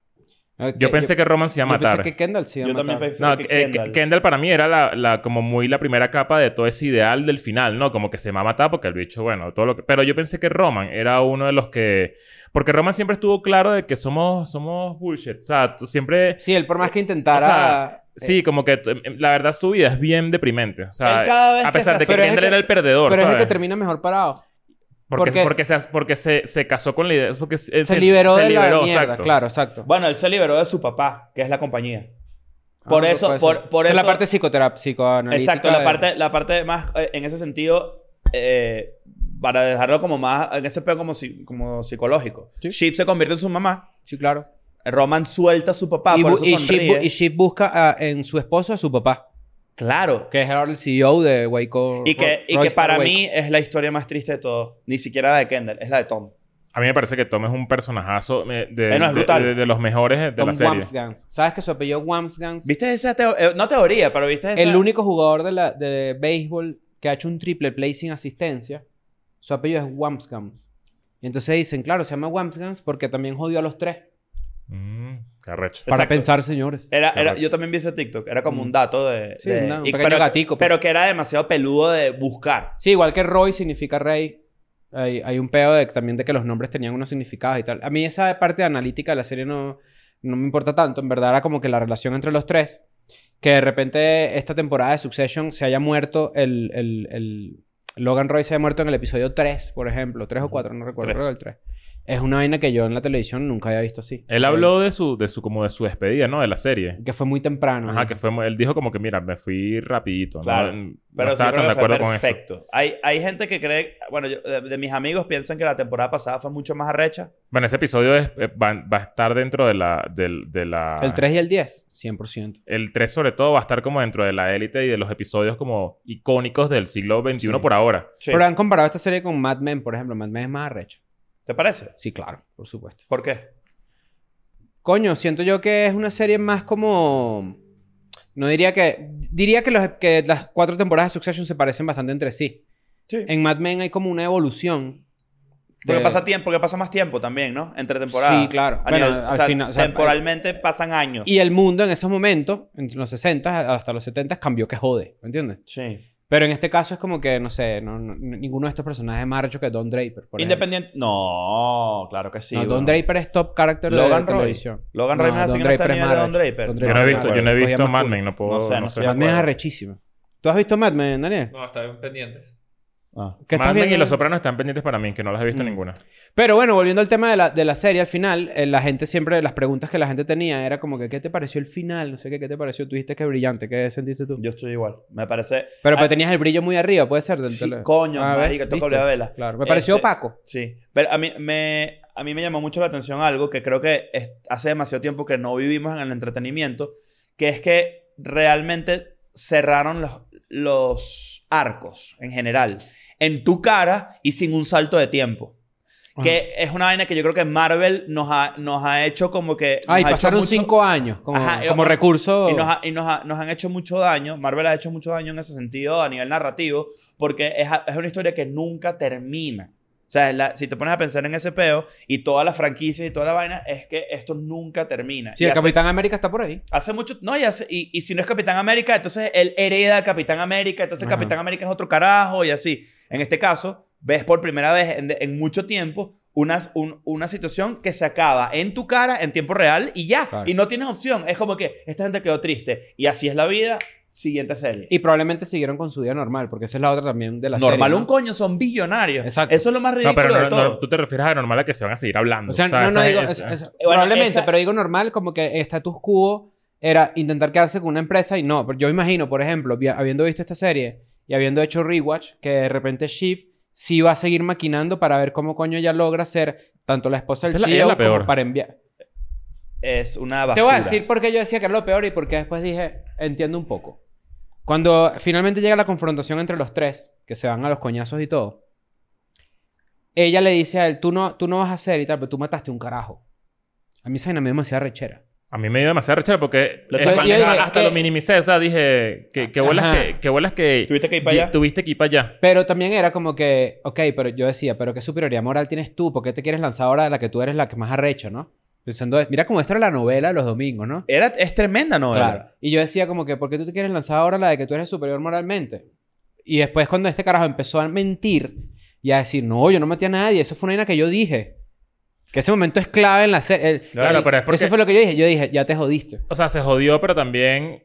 C: Ok,
B: Yo pensé que Roman se
C: Eh, yo
B: iba a matar.
C: pensé que Kendall se iba a
A: Yo también
C: matar.
A: pensé
B: No,
A: que
B: eh, Ke- Kendall.
A: Kendall.
B: para mí era la, la- como muy la primera capa de todo ese ideal del final, ¿no? Como que se me ha matado porque el bicho, bueno, todo lo que... Pero yo pensé que Roman era uno de los que... Porque Roman siempre estuvo claro de que somos, somos bullshit. O sea, tú siempre...
C: Sí, él por más que intentara...
B: O sea,
C: eh,
B: Sí, como que t- la verdad su vida es bien deprimente. O sea,
A: Él cada vez
B: a
A: que
B: pesar
A: se
B: de que
C: hace-
B: Kendall
C: pero
B: era
C: es el-
B: el perdedor,
C: pero es el
B: ¿sabes?
C: que termina mejor parado.
B: porque
C: porque-
B: porque, se, porque se, se casó con la idea... Porque se,
C: se liberó
B: se
C: de
B: liberó,
C: la mierda,
B: exacto.
C: claro, exacto.
A: Bueno, él se liberó de su papá, que es la compañía. Por
C: Ah,
A: eso-
C: puede
A: por-
C: ser.
A: por
C: Es la
A: eso-
C: parte psicoterapia, psicoanalítica.
A: Exacto, la
C: de-
A: parte, la parte más, eh, en ese sentido, eh, para dejarlo como más, en ese pedo como, si- como psicológico.
C: Sí.
A: Chip se convierte en su mamá,
C: Sí, claro.
A: Roman suelta a su papá,
C: y,
A: por
C: bu-
A: eso
C: y Sheep
A: sonríe.
C: bu- y Sheep busca ah, en su esposo a su papá,
A: claro.
C: que es ahora el CEO de Waco.
A: Y que,
C: Ro-
A: y que
C: Roystar
A: para
C: Waco.
A: mí es la historia más triste de todo. Ni siquiera la de Kendall, es la de Tom.
B: A mí me parece que Tom es un personajazo eh, de,
A: Eh, no, es
B: de-
A: brutal.
B: de- de los mejores de
C: Tom
B: la serie.
C: Wamsgans. ¿Sabes que su apellido Wamsgans?
A: ¿Viste esa teoría? no teoría, pero viste esa...
C: El único jugador de, la, de béisbol que ha hecho un triple play sin asistencia, su apellido es Wamsgans. Y entonces dicen, claro, se llama Wamsgans porque también jodió a los tres.
B: Mm, qué arrecho.
C: Para
A: Exacto.
C: pensar, señores.
A: Era,
B: Qué
A: era,
B: arrecho.
A: yo también vi ese TikTok. Era como
C: Mm.
A: un dato de...
C: Sí,
A: de-
C: una- un
A: y-
C: pequeño
A: pero,
C: gatico, pues.
A: Pero que era demasiado peludo de buscar.
C: Sí, igual que Roy significa rey. Hay, hay un pedo de, también de que los nombres tenían unos significados y tal. A mí esa parte analítica de la serie no, no me importa tanto. En verdad era como que la relación entre los tres. Que de repente esta temporada de Succession se haya muerto el... el- el- Logan Roy se haya muerto en el episodio 3, por ejemplo. 3 o 4, no recuerdo.
A: Tres.
C: Creo que el 3. Es una vaina que yo en la televisión nunca había visto así. Eh,
B: Él habló de su, de su, como de su despedida, ¿no? De la serie.
C: Que fue muy temprano.
B: Ajá,
C: ¿no?
B: que fue... mu- Él dijo como que, mira, me fui rapidito. ¿no? Mm,
A: Claro.
B: No,
A: Pero sí
B: estaba
A: creo
B: tan de
A: que fue
B: acuerdo con eso.
A: perfecto. Hay, hay gente que cree, bueno, yo- de, de mis amigos piensan que la temporada pasada fue mucho más arrecha.
B: Bueno, ese episodio es- eh, va, va a estar dentro de la... del- de la
C: El 3 y el 10, 100%.
B: El 3 sobre todo va a estar como dentro de la élite y de los episodios como icónicos del siglo XXI
C: Sí.
B: por ahora.
C: Pero han comparado esta serie con Mad Men, por ejemplo. Mad Men es más arrecha.
A: ¿Te parece?
C: Sí, claro, por supuesto.
A: ¿Por qué?
C: Coño, siento yo que es una serie más como. No diría que. Diría que, los, que las cuatro temporadas de Succession se parecen bastante entre sí.
A: Sí.
C: En Mad Men hay como una evolución.
A: Porque
C: de-
A: pasa tiempo, porque pasa más tiempo también, ¿no? Entre temporadas.
C: Sí, claro.
A: A
C: Bueno,
A: nivel- o
C: al
A: sea,
C: final- o sea,
A: temporalmente pasan años.
C: Y el mundo en esos momentos, en los 60 hasta los 70, cambió que jode, ¿me entiendes?
A: Sí.
C: Pero en este caso es como que, no sé, no- no- ninguno de estos personajes es más arrecho que Don Draper. por ejemplo.
A: Independiente. No, claro que sí.
C: no,
A: bueno.
C: Don Draper es top character
A: Logan
C: de
A: Roy.
C: televisión.
A: Logan Roy no es así que no está al nivel de
C: más
A: Don
C: arrecho.
A: Draper.
C: Don
B: Yo no he visto, yo no he
C: es más arrecho.
B: visto
C: Cogía más
B: Mad
C: culo.
B: Men. No puedo...
A: No sé, no
B: no
A: sé.
B: sé.
C: Mad Men es
A: acuerdo.
C: arrechísimo. ¿Tú has visto Mad Men, Daniel?
D: No, estaban pendientes.
A: Ah.
C: ¿Qué estás
B: Mad Men y
C: viendo?
B: Los Sopranos están pendientes para mí, que no las he visto
C: Mm.
B: ninguna.
C: Pero bueno, volviendo al tema de la, de la serie, al final, eh, la gente siempre, las preguntas que la gente tenía era como que, ¿qué te pareció el final? No sé qué, ¿qué te pareció? Tú dijiste que brillante, ¿qué sentiste tú?
A: Yo estoy igual. Me parece.
C: Pero pues,
A: Ah,
C: tenías el brillo muy arriba, puede ser. del
A: sí,
C: tele-
A: coño,
C: Ah, ¿ves?
A: marica, toca
C: ¿Viste?
A: volver a verla.
C: Claro, me pareció
A: Este,
C: opaco.
A: Sí, pero a mí me, a mí me llamó mucho la atención algo que creo que es- hace demasiado tiempo que no vivimos en el entretenimiento, que es que realmente cerraron los, los arcos en general en tu cara y sin un salto de tiempo. Que es una vaina que yo creo que Marvel nos ha, nos ha hecho como que... nos
C: Ah, y
A: ha hecho
C: pasaron
A: mucho-
C: cinco años como,
A: Ajá,
C: como
A: eh,
C: recurso.
A: y nos, ha- y nos ha- nos han hecho mucho daño, Marvel ha hecho mucho daño en ese sentido a nivel narrativo, porque es, a- es una historia que nunca termina. O sea, la- si te pones a pensar en ese peo y todas las franquicias y toda la vaina, es que esto nunca termina.
C: Sí,
A: Y
C: el
A: hace-
C: Capitán América está por ahí.
A: Hace mucho, no, y, hace- y, y si no es Capitán América, entonces él hereda a Capitán América, entonces
C: Ajá.
A: Capitán América es otro carajo y así. En este caso, ves por primera vez en, en mucho tiempo unas- un- una situación que se acaba en tu cara en tiempo real y ya,
C: Claro.
A: y no tienes opción. Es como que esta gente quedó triste y así es la vida. Siguiente serie.
C: Y probablemente siguieron con su día normal, porque esa es la otra también de la serie.
A: Normal
C: ¿no?
A: un coño, son billonarios.
C: Exacto.
A: Eso es lo más
B: No,
A: ridículo
B: pero
A: de
B: no,
A: todo.
B: no, tú te refieres a normal a que se van a seguir hablando.
C: O sea, no, no
B: esa-
C: digo...
B: esa-
C: es- es-
A: bueno,
C: probablemente,
A: esa-
C: pero digo normal como que status quo era intentar quedarse con una empresa y no. Pero yo imagino, por ejemplo, vi- habiendo visto esta serie y habiendo hecho Rewatch, que de repente Shiv sí va a seguir maquinando para ver cómo coño ella logra ser tanto la esposa del
B: Esa es la- ella es
C: CEO
B: la peor.
C: como para enviar...
A: Es una
C: Te
A: basura.
C: voy a decir por qué yo decía que era lo peor y por qué después dije, entiendo un poco. Cuando finalmente llega la confrontación entre los tres, que se van a los coñazos y todo, ella le dice a él, tú no, tú no vas a hacer y tal, pero tú mataste un carajo. A mí esa vaina me dio demasiada rechera.
B: A mí me dio demasiada rechera porque
A: Lo
B: eh,
A: sé,
B: pa-
A: yo
B: hasta-
C: dije
B: hasta
C: que-
B: lo minimicé. O sea, dije que, que bolas
C: Ajá.
B: que, que bolas que...
A: Tuviste que ir para allá.
B: Tuviste que ir para allá.
C: Pero también era como que, ok, pero yo decía, pero qué superioridad moral tienes tú, ¿por qué te quieres lanzar ahora de la que tú eres la que más arrecho, no? Pensando, mira como esto era la novela de los domingos, ¿no?
A: Era, es tremenda novela.
C: Claro. Y yo decía como que, ¿por qué tú te quieres lanzar ahora la de que tú eres superior moralmente? Y después cuando este carajo empezó a mentir y a decir, no, yo no maté a nadie, eso fue una vaina que yo dije. Que ese momento es clave en la serie.
B: Claro, pero es porque-
C: Eso fue lo que yo dije. Yo dije, ya te jodiste.
B: O sea, se jodió, pero también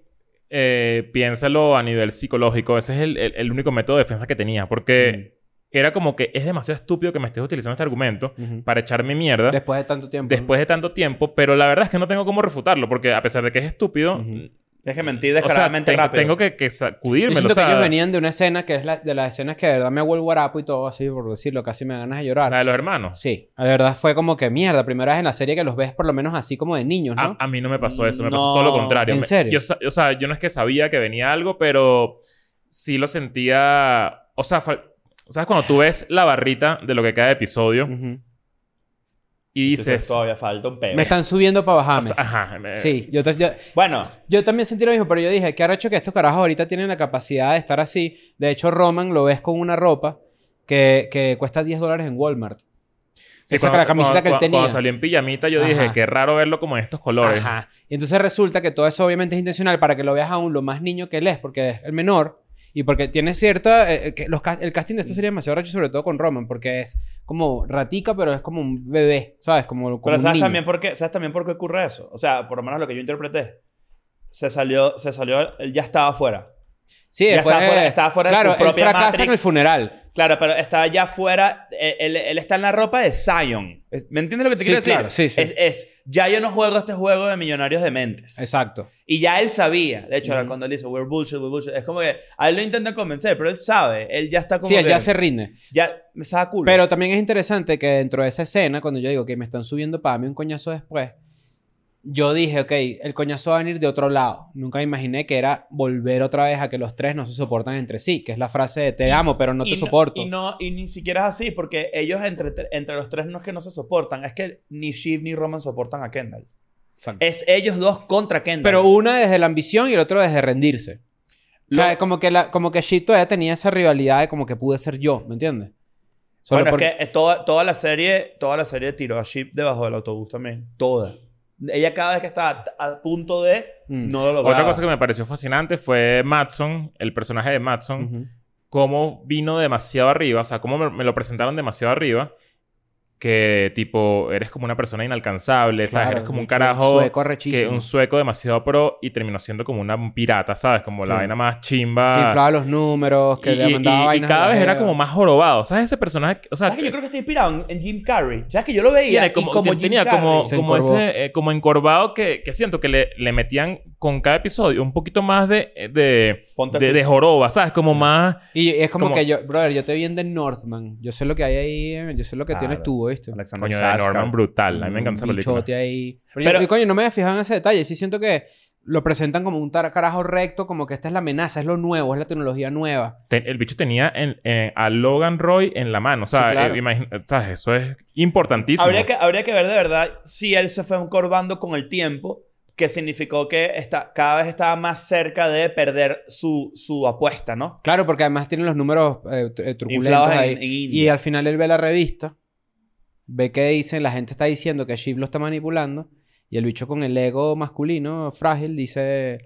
B: eh, piénsalo a nivel psicológico. Ese es el, el- el único método de defensa que tenía. Porque
C: Mm.
B: era como que es demasiado estúpido que me estés utilizando este argumento
C: Ujú.
B: para echarme mierda después,
C: Después de tanto tiempo.
B: de tanto tiempo. Pero la verdad es que no tengo cómo refutarlo. Porque a pesar de que es estúpido,
C: Ujú.
A: Tienes que mentir
B: o sea,
A: descaradamente
B: tengo,
A: rápido.
B: tengo que, que
C: Yo
B: sacudírmelo.
C: siento
B: o sea,
C: que ellos venían de una escena que es la- de las escenas que de verdad me hago el guarapo y todo así, por decirlo, casi me dan ganas de llorar.
B: la de los hermanos.
C: Sí, la verdad fue como que mierda. Primera vez en la serie que los ves por lo menos así como de niños, ¿no?
B: A, a mí no me pasó eso, me
A: No,
B: pasó todo lo contrario.
C: ¿en
B: Me-
C: serio?
B: yo sa- o sea, yo no es que sabía que venía algo, pero sí lo sentía. O sea, fal- ¿sabes? Cuando tú ves la barrita de lo que cada episodio
C: Ujú.
B: y
A: Entonces,
B: dices.
A: Todavía falta un peo.
C: Me están subiendo para
B: o
C: bajarme.
B: sea, ajá. me-
C: sí, yo, te- yo,
A: Eh, Bueno,
C: Yo también sentí lo mismo, pero yo dije, ¿qué ha hecho que estos carajos ahorita tienen la capacidad de estar así? De hecho, Roman lo ves con una ropa que, que cuesta 10 dólares en Walmart.
B: sí,
C: esa era la camiseta que él
B: cuando-
C: tenía.
B: Cuando salió en pijamita, yo
C: Ajá.
B: dije, qué raro verlo como en estos colores.
C: Ajá. Y entonces resulta que todo eso obviamente es intencional para que lo veas aún lo más niño que él es, porque es el menor. Y porque tiene cierta... eh, que los cas- el casting de esto sería demasiado racho, sobre todo con Roman, porque es como ratica, pero es como un bebé, ¿sabes? Como, como
A: pero
C: un
A: ¿sabes
C: niño.
A: también, por qué, ¿sabes también por qué ocurre eso? O sea, por lo menos lo que yo interpreté. Se salió, se salió, él ya estaba afuera.
C: Sí,
A: Ya
C: después,
A: estaba fuera-
C: eh,
A: estaba fuera de
C: claro,
A: su propia
C: él fracasa en
A: Matrix.
C: el funeral.
A: Claro, pero estaba ya afuera. eh, Él, él está en la ropa de Zion. Es- ¿Me entiendes lo que te
C: Sí,
A: quiero decir?
C: claro, sí, sí.
A: Es, es, ya yo no juego este juego de millonarios de mentes.
C: Exacto.
A: Y ya él sabía. De hecho, ahora
C: Ujú.
A: cuando él dice, we're bullshit, we're bullshit. Es como que a él lo intentan convencer, pero él sabe. Él ya está como
C: Sí, él
A: que-
C: ya se rinde.
A: Ya me estaba culo.
C: Pero también es interesante que dentro de esa escena, cuando yo digo que me están subiendo para mí un coñazo después, yo dije, ok, el coñazo va a venir de otro lado. Nunca me imaginé que era volver otra vez a que los tres no se soportan entre sí, que es la frase de te amo, pero no
A: Y
C: te soporto.
A: Y, no, y ni siquiera es así, porque ellos entre, entre los tres no es que no se soportan, es que ni Shiv ni Roman soportan a Kendall.
C: Exacto.
A: Es ellos dos contra Kendall.
C: Pero una desde la ambición y el otro desde rendirse. O sea,
A: Lo-
C: como que, la, como que Shit todavía tenía esa rivalidad de como que pude ser yo, ¿me entiendes? Solo
A: bueno,
C: porque-
A: es que eh, toda, toda la serie, toda la serie tiró a Shiv debajo del autobús también. Toda. Ella cada vez que estaba a, a punto de,
C: Mm.
A: no lo lograba.
B: Otra cosa que me pareció fascinante fue Matson, el personaje de Matson,
C: Ujú.
B: cómo vino demasiado arriba, o sea, cómo me, me lo presentaron demasiado arriba, que tipo, eres como una persona inalcanzable, ¿sabes?
C: Claro,
B: Eres como un
C: un
B: carajo,
C: sueco
B: que
C: arrechísimo.
B: un sueco demasiado pro y terminó siendo como una pirata, ¿sabes? Como la
C: Sí.
B: vaina más
C: Que
B: chimba.
C: inflaba los números, que
B: Y-
C: le
B: y-
C: mandaba
B: y- y
C: vainas a
B: cada
C: la
B: vez era
C: jeva.
B: como más jorobado. ¿Sabes? Ese personaje, o sea,
A: ¿Sabes que yo creo que está inspirado en, en Jim Carrey? ¿Sabes que yo lo veía?
B: tiene
A: y
B: como,
A: como
B: que
A: Jim
B: tenía
A: Carrey.
B: como,
C: Se
B: como
C: encorvó.
B: ese eh, como encorvado que, que siento que le, le metían con cada episodio un poquito más de, eh, de,
A: Ponte
B: de,
A: así.
B: de joroba, ¿sabes? Como más...
C: Y es como
B: Como-
C: que yo, brother, yo te vi en The Northman. Yo sé lo que hay ahí, eh, yo sé lo que
A: Claro.
C: tienes tú, ¿viste?
A: Alexander
B: Coño, de
A: Skarsgård.
C: Mm,
B: Norman brutal. A mí me encanta esa
C: Un
B: película.
C: bichote ahí. Pero,
A: Pero-
C: yo- y coño, no me había fijado en ese detalle. Sí siento que lo presentan como un tar- carajo recto, como que esta es la amenaza, es lo nuevo, es la tecnología nueva.
B: Ten- el bicho tenía en- en- a Logan Roy en la mano. O sea,
C: Sí, claro.
B: eh, imagina- ¿sabes? eso es importantísimo.
A: Habría que, habría que ver de verdad si él se fue encorvando con el tiempo, que significó que está, cada vez estaba más cerca de perder su, su apuesta, ¿no?
C: Claro, porque además tienen los números eh, tr- eh,
A: Inflados
C: truculentos
A: en,
C: ahí.
A: en India.
C: Y al final él ve la revista, ve que dicen, la gente está diciendo que Shiv lo está manipulando, y el bicho con el ego masculino frágil dice,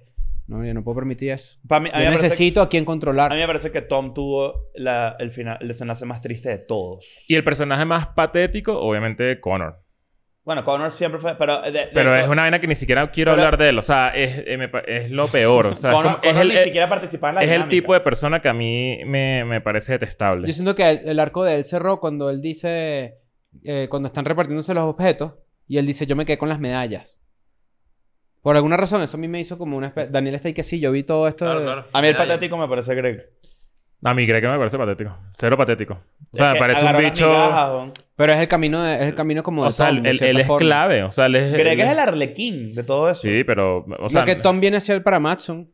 C: no, yo no puedo permitir eso.
A: Pa' mí- a, mí
C: Yo
A: me parece,
C: necesito a quien
A: a mí
C: controlar.
A: me parece que Tom tuvo la- el, final, el desenlace más triste de todos.
B: Y el personaje más patético, obviamente, Connor.
A: Bueno, Connor siempre fue... Pero, de- de-
B: Pero
A: de-
B: es una vaina que ni siquiera quiero
A: Pero-
B: hablar de él. O sea, es, eh, me pa- es lo peor. O sea, es
A: Connor,
B: como- es
A: Connor
B: el,
A: ni
B: eh,
A: siquiera participaba en la
B: es el
A: dinámica.
B: tipo de persona que a mí me, me parece detestable.
C: Yo siento que el, el arco de él cerró cuando él dice, eh, cuando están repartiéndose los objetos, y él dice, yo me quedé con las medallas. Por alguna razón, eso a mí me hizo como una especie... Daniel está ahí que sí, yo vi todo esto.
D: Claro,
C: de-
D: claro.
A: A mí el
D: Nadie.
A: patético me parece Greg.
B: A mí creo que me parece patético. Cero patético. O sea,
A: Es
B: me
A: que
B: parece un
A: agarró las
B: bicho...
A: migajas, weón.
C: Pero es el camino, de- es el camino como...
B: O
C: de
B: sea,
C: Tom,
B: él,
C: de
B: él-
C: cierta
B: él es
C: forma.
B: clave. O sea, él es...
A: Greg
B: él
A: es el arlequín de todo eso.
B: Sí, pero... O sea,
C: Lo que Tom viene a hacer para Matson.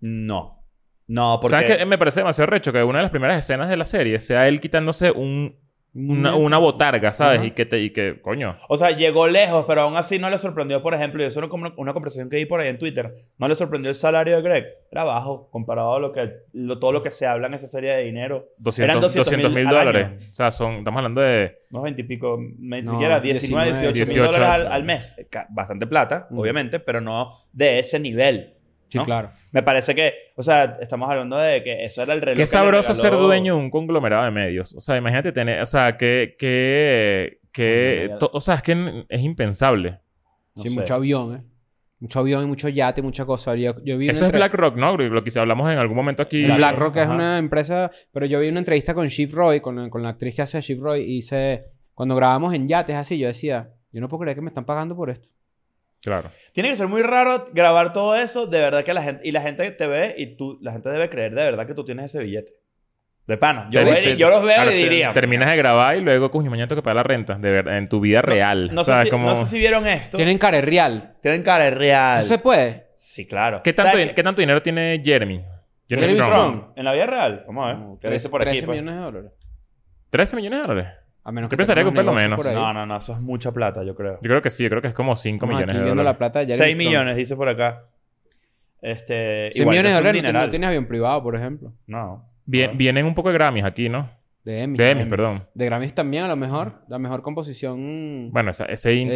A: No. No, porque...
B: ¿Sabes qué? Me parece demasiado recho que una de las primeras escenas de la serie sea él quitándose un, una, una botarga, ¿sabes?
C: Ajá.
B: Y que te... Y que, coño.
A: O sea, llegó lejos, pero aún así no le sorprendió, por ejemplo, y eso era como una, una conversación que vi por ahí en Twitter, no le sorprendió el salario de Greg. Era bajo comparado a lo que, lo- todo lo que se habla en esa serie de dinero.
B: 200
A: 200.000 al
B: mil
A: año.
B: dólares. O sea, son... Estamos hablando de...
A: Unos 20 y pico, ni
C: No,
A: siquiera 19, 18
C: 19,
A: mil
B: 18.
A: dólares al, al mes. Ca- Bastante plata,
C: Mm.
A: obviamente, pero no de ese nivel.
C: Sí,
A: ¿no?
C: claro.
A: Me parece que, o sea, estamos hablando de que eso era el reloj.
B: Qué
A: que le
B: sabroso ser
A: regaló-
B: dueño de un conglomerado de medios. O sea, imagínate tener, o sea, que, que, que,
A: Conglomerado.
B: to- o sea, es que n- es impensable.
A: No
C: sí,
A: sé.
C: mucho avión, ¿eh? Mucho avión y mucho yate, mucha cosa. Yo, yo vi una
B: Eso es
C: entre-
B: BlackRock, ¿no? Lo que hablamos en algún momento aquí.
A: Black-
C: BlackRock es
A: Ajá.
C: una empresa, pero yo vi una entrevista con Shiv Roy, con, con la actriz que hace a Shiv Roy, y dice, cuando grabamos en yates así, yo decía, yo no puedo creer que me están pagando por esto.
B: Claro.
A: Tiene que ser muy raro grabar todo eso, de verdad que la gente, y la gente te ve y tú, la gente debe creer de verdad que tú tienes ese billete. De pana. Yo,
B: Te-
A: ver-
B: te-
A: yo los veo
B: claro,
A: y
B: te-
A: diría.
B: Terminas de grabar y luego, coño, mañana tengo que pagar la renta. De verdad, en tu vida real.
A: No,
B: o sea,
A: sé
B: es
A: si,
B: como...
A: no sé si vieron esto. Tienen,
C: Tienen care real.
A: cara de real.
C: ¿Eso se puede?
A: Sí, claro.
B: ¿Qué, tanto,
A: ¿Sabes
B: din- ¿Qué tanto dinero tiene Jeremy? Jeremy
C: Jeremy
B: Strong.
C: Strong.
A: ¿En la vida real? Vamos a ver.
C: Como
A: ¿Qué dice por
C: 13
A: aquí? pues?
C: millones de dólares.
B: 13 millones de dólares.
C: A menos
B: Yo pensaría
C: tengan
B: que un poco
C: unos
B: menos.
C: negocios por
A: No, no,
C: ahí.
A: no. Eso es mucha plata, yo creo.
B: Yo creo que sí, yo creo que es como 5
C: Estamos
B: millones
C: aquí
B: de
C: viendo
B: dólares.
C: la plata de Jeremy
A: 6
C: Strong.
A: millones, dice por acá. Este,
C: 100
A: igual que
C: millones de
A: es un
C: dólares no tiene-
A: dineral.
C: no tienes avión privado, por ejemplo.
A: No.
B: Bien-
A: No.
B: Vienen un poco de Grammys aquí, ¿no?
C: De Emmy.
B: De Emmys,
A: Grammys.
B: perdón.
C: De Grammys también, a lo mejor. La mejor composición.
B: Bueno, esa- ese intro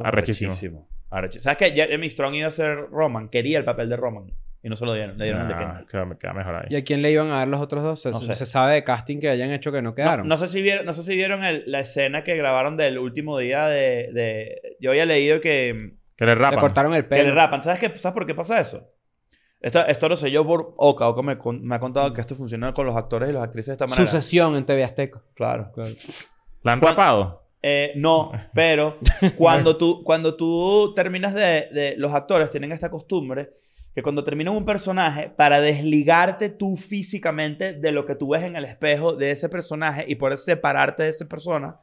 C: intro
B: arrechísimo.
A: Arrechísimo. ¿Sabes que Jeremy Strong iba a ser Roman? Quería el papel de Roman. Y no se lo dieron. Le dieron el de
B: Ah,
A: Kendall.
B: queda, queda mejor ahí.
C: ¿Y a quién le iban a dar los otros dos? Se,
A: No sé.
C: se sabe de casting que hayan hecho que no quedaron.
A: No, no sé si vieron, no sé si vieron el- la escena que grabaron del último día de... de- yo había leído que,
B: Que le
C: Le
B: rapan.
C: cortaron el
A: que
C: pelo.
A: le rapan. ¿Sabes, qué, ¿Sabes por qué pasa eso? Esto, esto lo sé yo por Oka. Oka me, con- me ha contado que esto funciona con los actores y las actrices de esta manera.
C: Sucesión en TV Azteca.
A: Claro.
B: ¿La han
A: Cuan-
B: rapado?
A: Eh, no, pero cuando tú, cuando tú terminas de, de- Los actores tienen esta costumbre que cuando terminan un personaje, para desligarte tú físicamente de lo que tú ves en el espejo de ese personaje y por separarte de esa persona,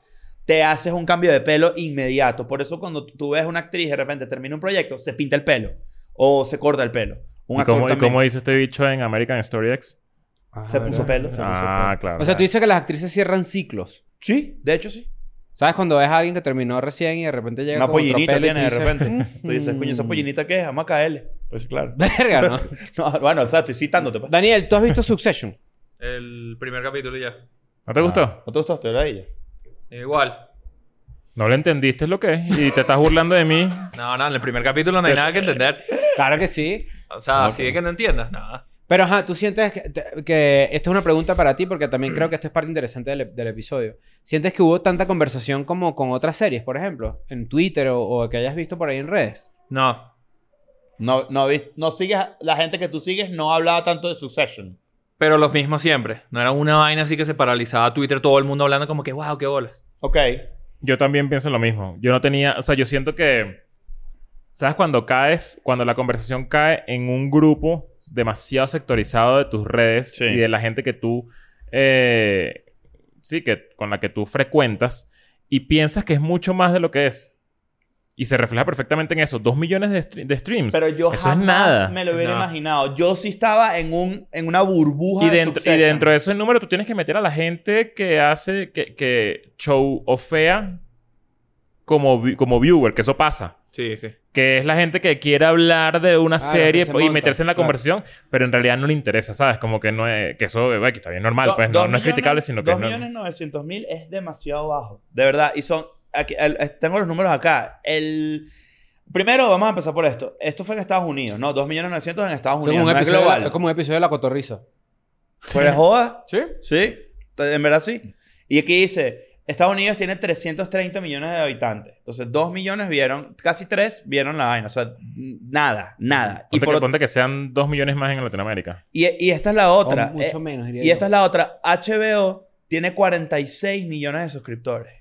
A: te haces un cambio de pelo inmediato. Por eso cuando tú ves una actriz de repente termina un proyecto, se pinta el pelo o se corta el pelo. Un
B: ¿Y
A: actor
B: cómo, y
A: también
B: cómo hizo este bicho en American Story X?
A: se puso pelo. se
B: ah,
A: puso pelo.
B: claro.
C: O sea, tú dices que las actrices cierran ciclos.
A: Sí, de hecho sí.
C: ¿Sabes cuando ves a alguien que terminó recién y de repente llega
A: Una
C: con otro
A: pollinita
C: pelo y
A: tiene de
C: tú dices,
A: repente. Tú dices, coño, esa
C: "Mm".
A: pollinita que es, vamos a caerle. Pues claro.
C: Verga, ¿no?
A: No, bueno, o sea, estoy citándote. pues.
C: Daniel, ¿tú has visto Succession?
D: El primer capítulo y ya.
B: ¿No te
A: Ah,
B: gustó?
A: ¿No te gustó? Te lo leí yo.
D: Igual.
B: No lo entendiste es lo que es. Y te estás burlando de mí.
D: No, no, en el primer capítulo no hay nada que entender.
C: Claro que sí.
D: O sea, así de que no entiendas nada.
C: Pero, ajá, tú sientes que, te- que... Esta es una pregunta para ti porque también creo que esto es parte interesante del, del episodio. ¿Sientes que hubo tanta conversación como con otras series, por ejemplo? En Twitter o, o que hayas visto por ahí en redes.
D: No.
A: No, no, vis- no sigues, la gente que tú sigues no hablaba tanto de Succession.
D: Pero los mismos siempre. No era una vaina así que se paralizaba Twitter, todo el mundo hablando como que, wow, qué bolas.
A: Ok.
B: Yo también pienso lo mismo. Yo no tenía... O sea, yo siento que... ¿Sabes? Cuando caes... Cuando la conversación cae en un grupo demasiado sectorizado de tus redes
A: Sí.
B: y de la gente que tú... eh, sí, que con la que tú frecuentas y piensas que es mucho más de lo que es. Y se refleja perfectamente en eso. Dos millones de, stre- de streams.
A: Pero yo
B: eso
A: jamás
B: es nada.
A: me lo hubiera
D: No.
A: imaginado. Yo sí estaba en, un, en una burbuja
B: Y
A: de
B: dentro, y
A: Succession.
B: dentro de ese número tú tienes que meter a la gente que hace, que, que show ofea como, vi- como viewer, que eso pasa.
D: Sí, sí.
B: Que es la gente que quiere hablar de una
C: Ah, los que
B: serie
C: se
B: y
C: montan,
B: meterse en la
C: claro.
B: conversión, pero en realidad no le interesa, ¿sabes? Como que no es... Que eso, eh, que está bien normal,
A: Do-
B: pues.
A: dos
B: No, no es
A: millones-
B: criticable, sino que...
A: dos
B: no-
A: millones novecientos mil es demasiado bajo. De verdad. Y son... aquí- el- eh, tengo los números acá. El... Primero, vamos a empezar por esto. Esto fue en Estados Unidos, ¿no? 2.900.000 en Estados
C: Es como,
A: Unidos.
C: un
A: no es
C: episodio de la-
A: global.
C: es como un episodio de la cotorriza.
A: ¿Fuera de joda?
C: ¿Sí?
A: Sí. En verdad sí. Y aquí dice, Estados Unidos tiene 330 millones de habitantes. Entonces, 2 millones vieron, casi 3 vieron la vaina. O sea, n- nada, nada. Y,
B: Ponte,
A: por
B: que,
A: ot-
B: ponte que sean dos millones más en Latinoamérica.
A: y, y esta es la
C: O
A: otra.
C: mucho
A: Eh,
C: menos, diría
A: y
C: yo.
A: esta es la otra. HBO tiene 46 millones de suscriptores.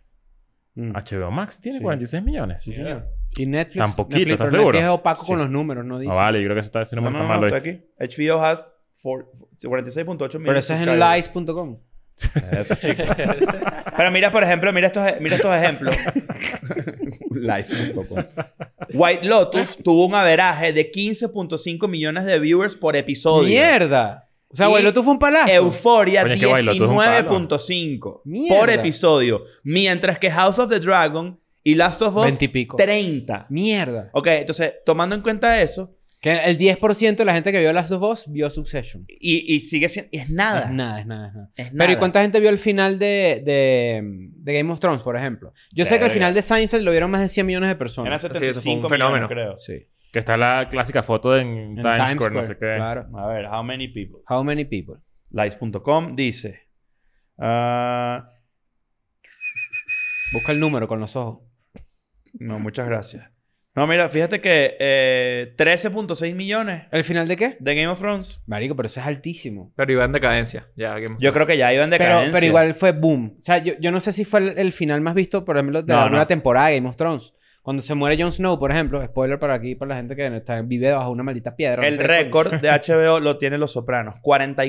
C: Mm.
A: Ah,
B: HBO Max tiene
C: Sí.
B: 46 millones.
C: Sí, señor. Y Netflix.
B: Tan poquito,
C: Netflix,
B: ¿estás
C: pero
B: seguro?
C: Netflix es opaco con
A: Sí.
C: los números, no dice.
B: Ah, vale, yo creo que eso está haciendo
A: No, no,
B: muy tan
A: no,
B: malo.
A: está
B: esto.
A: aquí. HBO has four- 46.8 millones
C: pero eso es en lies.com.
A: Eso, chico. Pero mira, por ejemplo, mira estos, mira estos ejemplos. Lights.com. White Lotus tuvo un averaje de 15.5 millones de viewers por episodio.
C: ¡Mierda! O sea,
A: Y-
C: güey, lo tú fue un palazo.
A: Euforia
B: Coño, es que White Lotus es un palo.
A: 19.5 por
C: Mierda.
A: episodio. Mientras que House of the Dragon y Last of Us
C: 20 y pico.
A: 30.
C: ¡Mierda!
A: Ok, entonces, tomando en cuenta eso,
C: Que el 10% de la gente que vio Last of Us vio Succession.
A: y, y sigue siendo. y es nada.
C: Es nada, es nada, es nada.
A: Es
C: Pero ¿y
A: nada.
C: cuánta gente vio el final de, de, de Game of Thrones, por ejemplo? Yo sé que el
B: Verga.
C: final de Seinfeld lo vieron más de 100 millones de
A: Eran
C: personas.
D: eso fue un
A: 75
D: fenómeno.
A: millones, creo.
C: Sí.
B: Que está la clásica foto de en
C: En
B: Times, Square, no sé qué.
C: Claro.
A: A ver, how many people?
C: How many people?
A: Lights.com dice. ah,
C: Busca el número con los ojos.
A: no, muchas gracias. No, mira, fíjate que eh, 13.6 millones
C: ¿El final de qué?
A: de Game of Thrones.
C: Marico, pero eso es altísimo.
D: Pero iba en decadencia. Ya, Game of
A: Yo creo que ya iban de
C: Pero, pero igual fue boom. O sea, yo, yo no sé si fue el, el final más visto, por ejemplo, de
A: No,
C: alguna
A: no.
C: temporada de Game of Thrones. Cuando se muere Jon Snow, por ejemplo, spoiler para aquí, para la gente que no está, vive bajo una maldita piedra. no
A: El
C: sé
A: récord de HBO lo tienen Los Sopranos.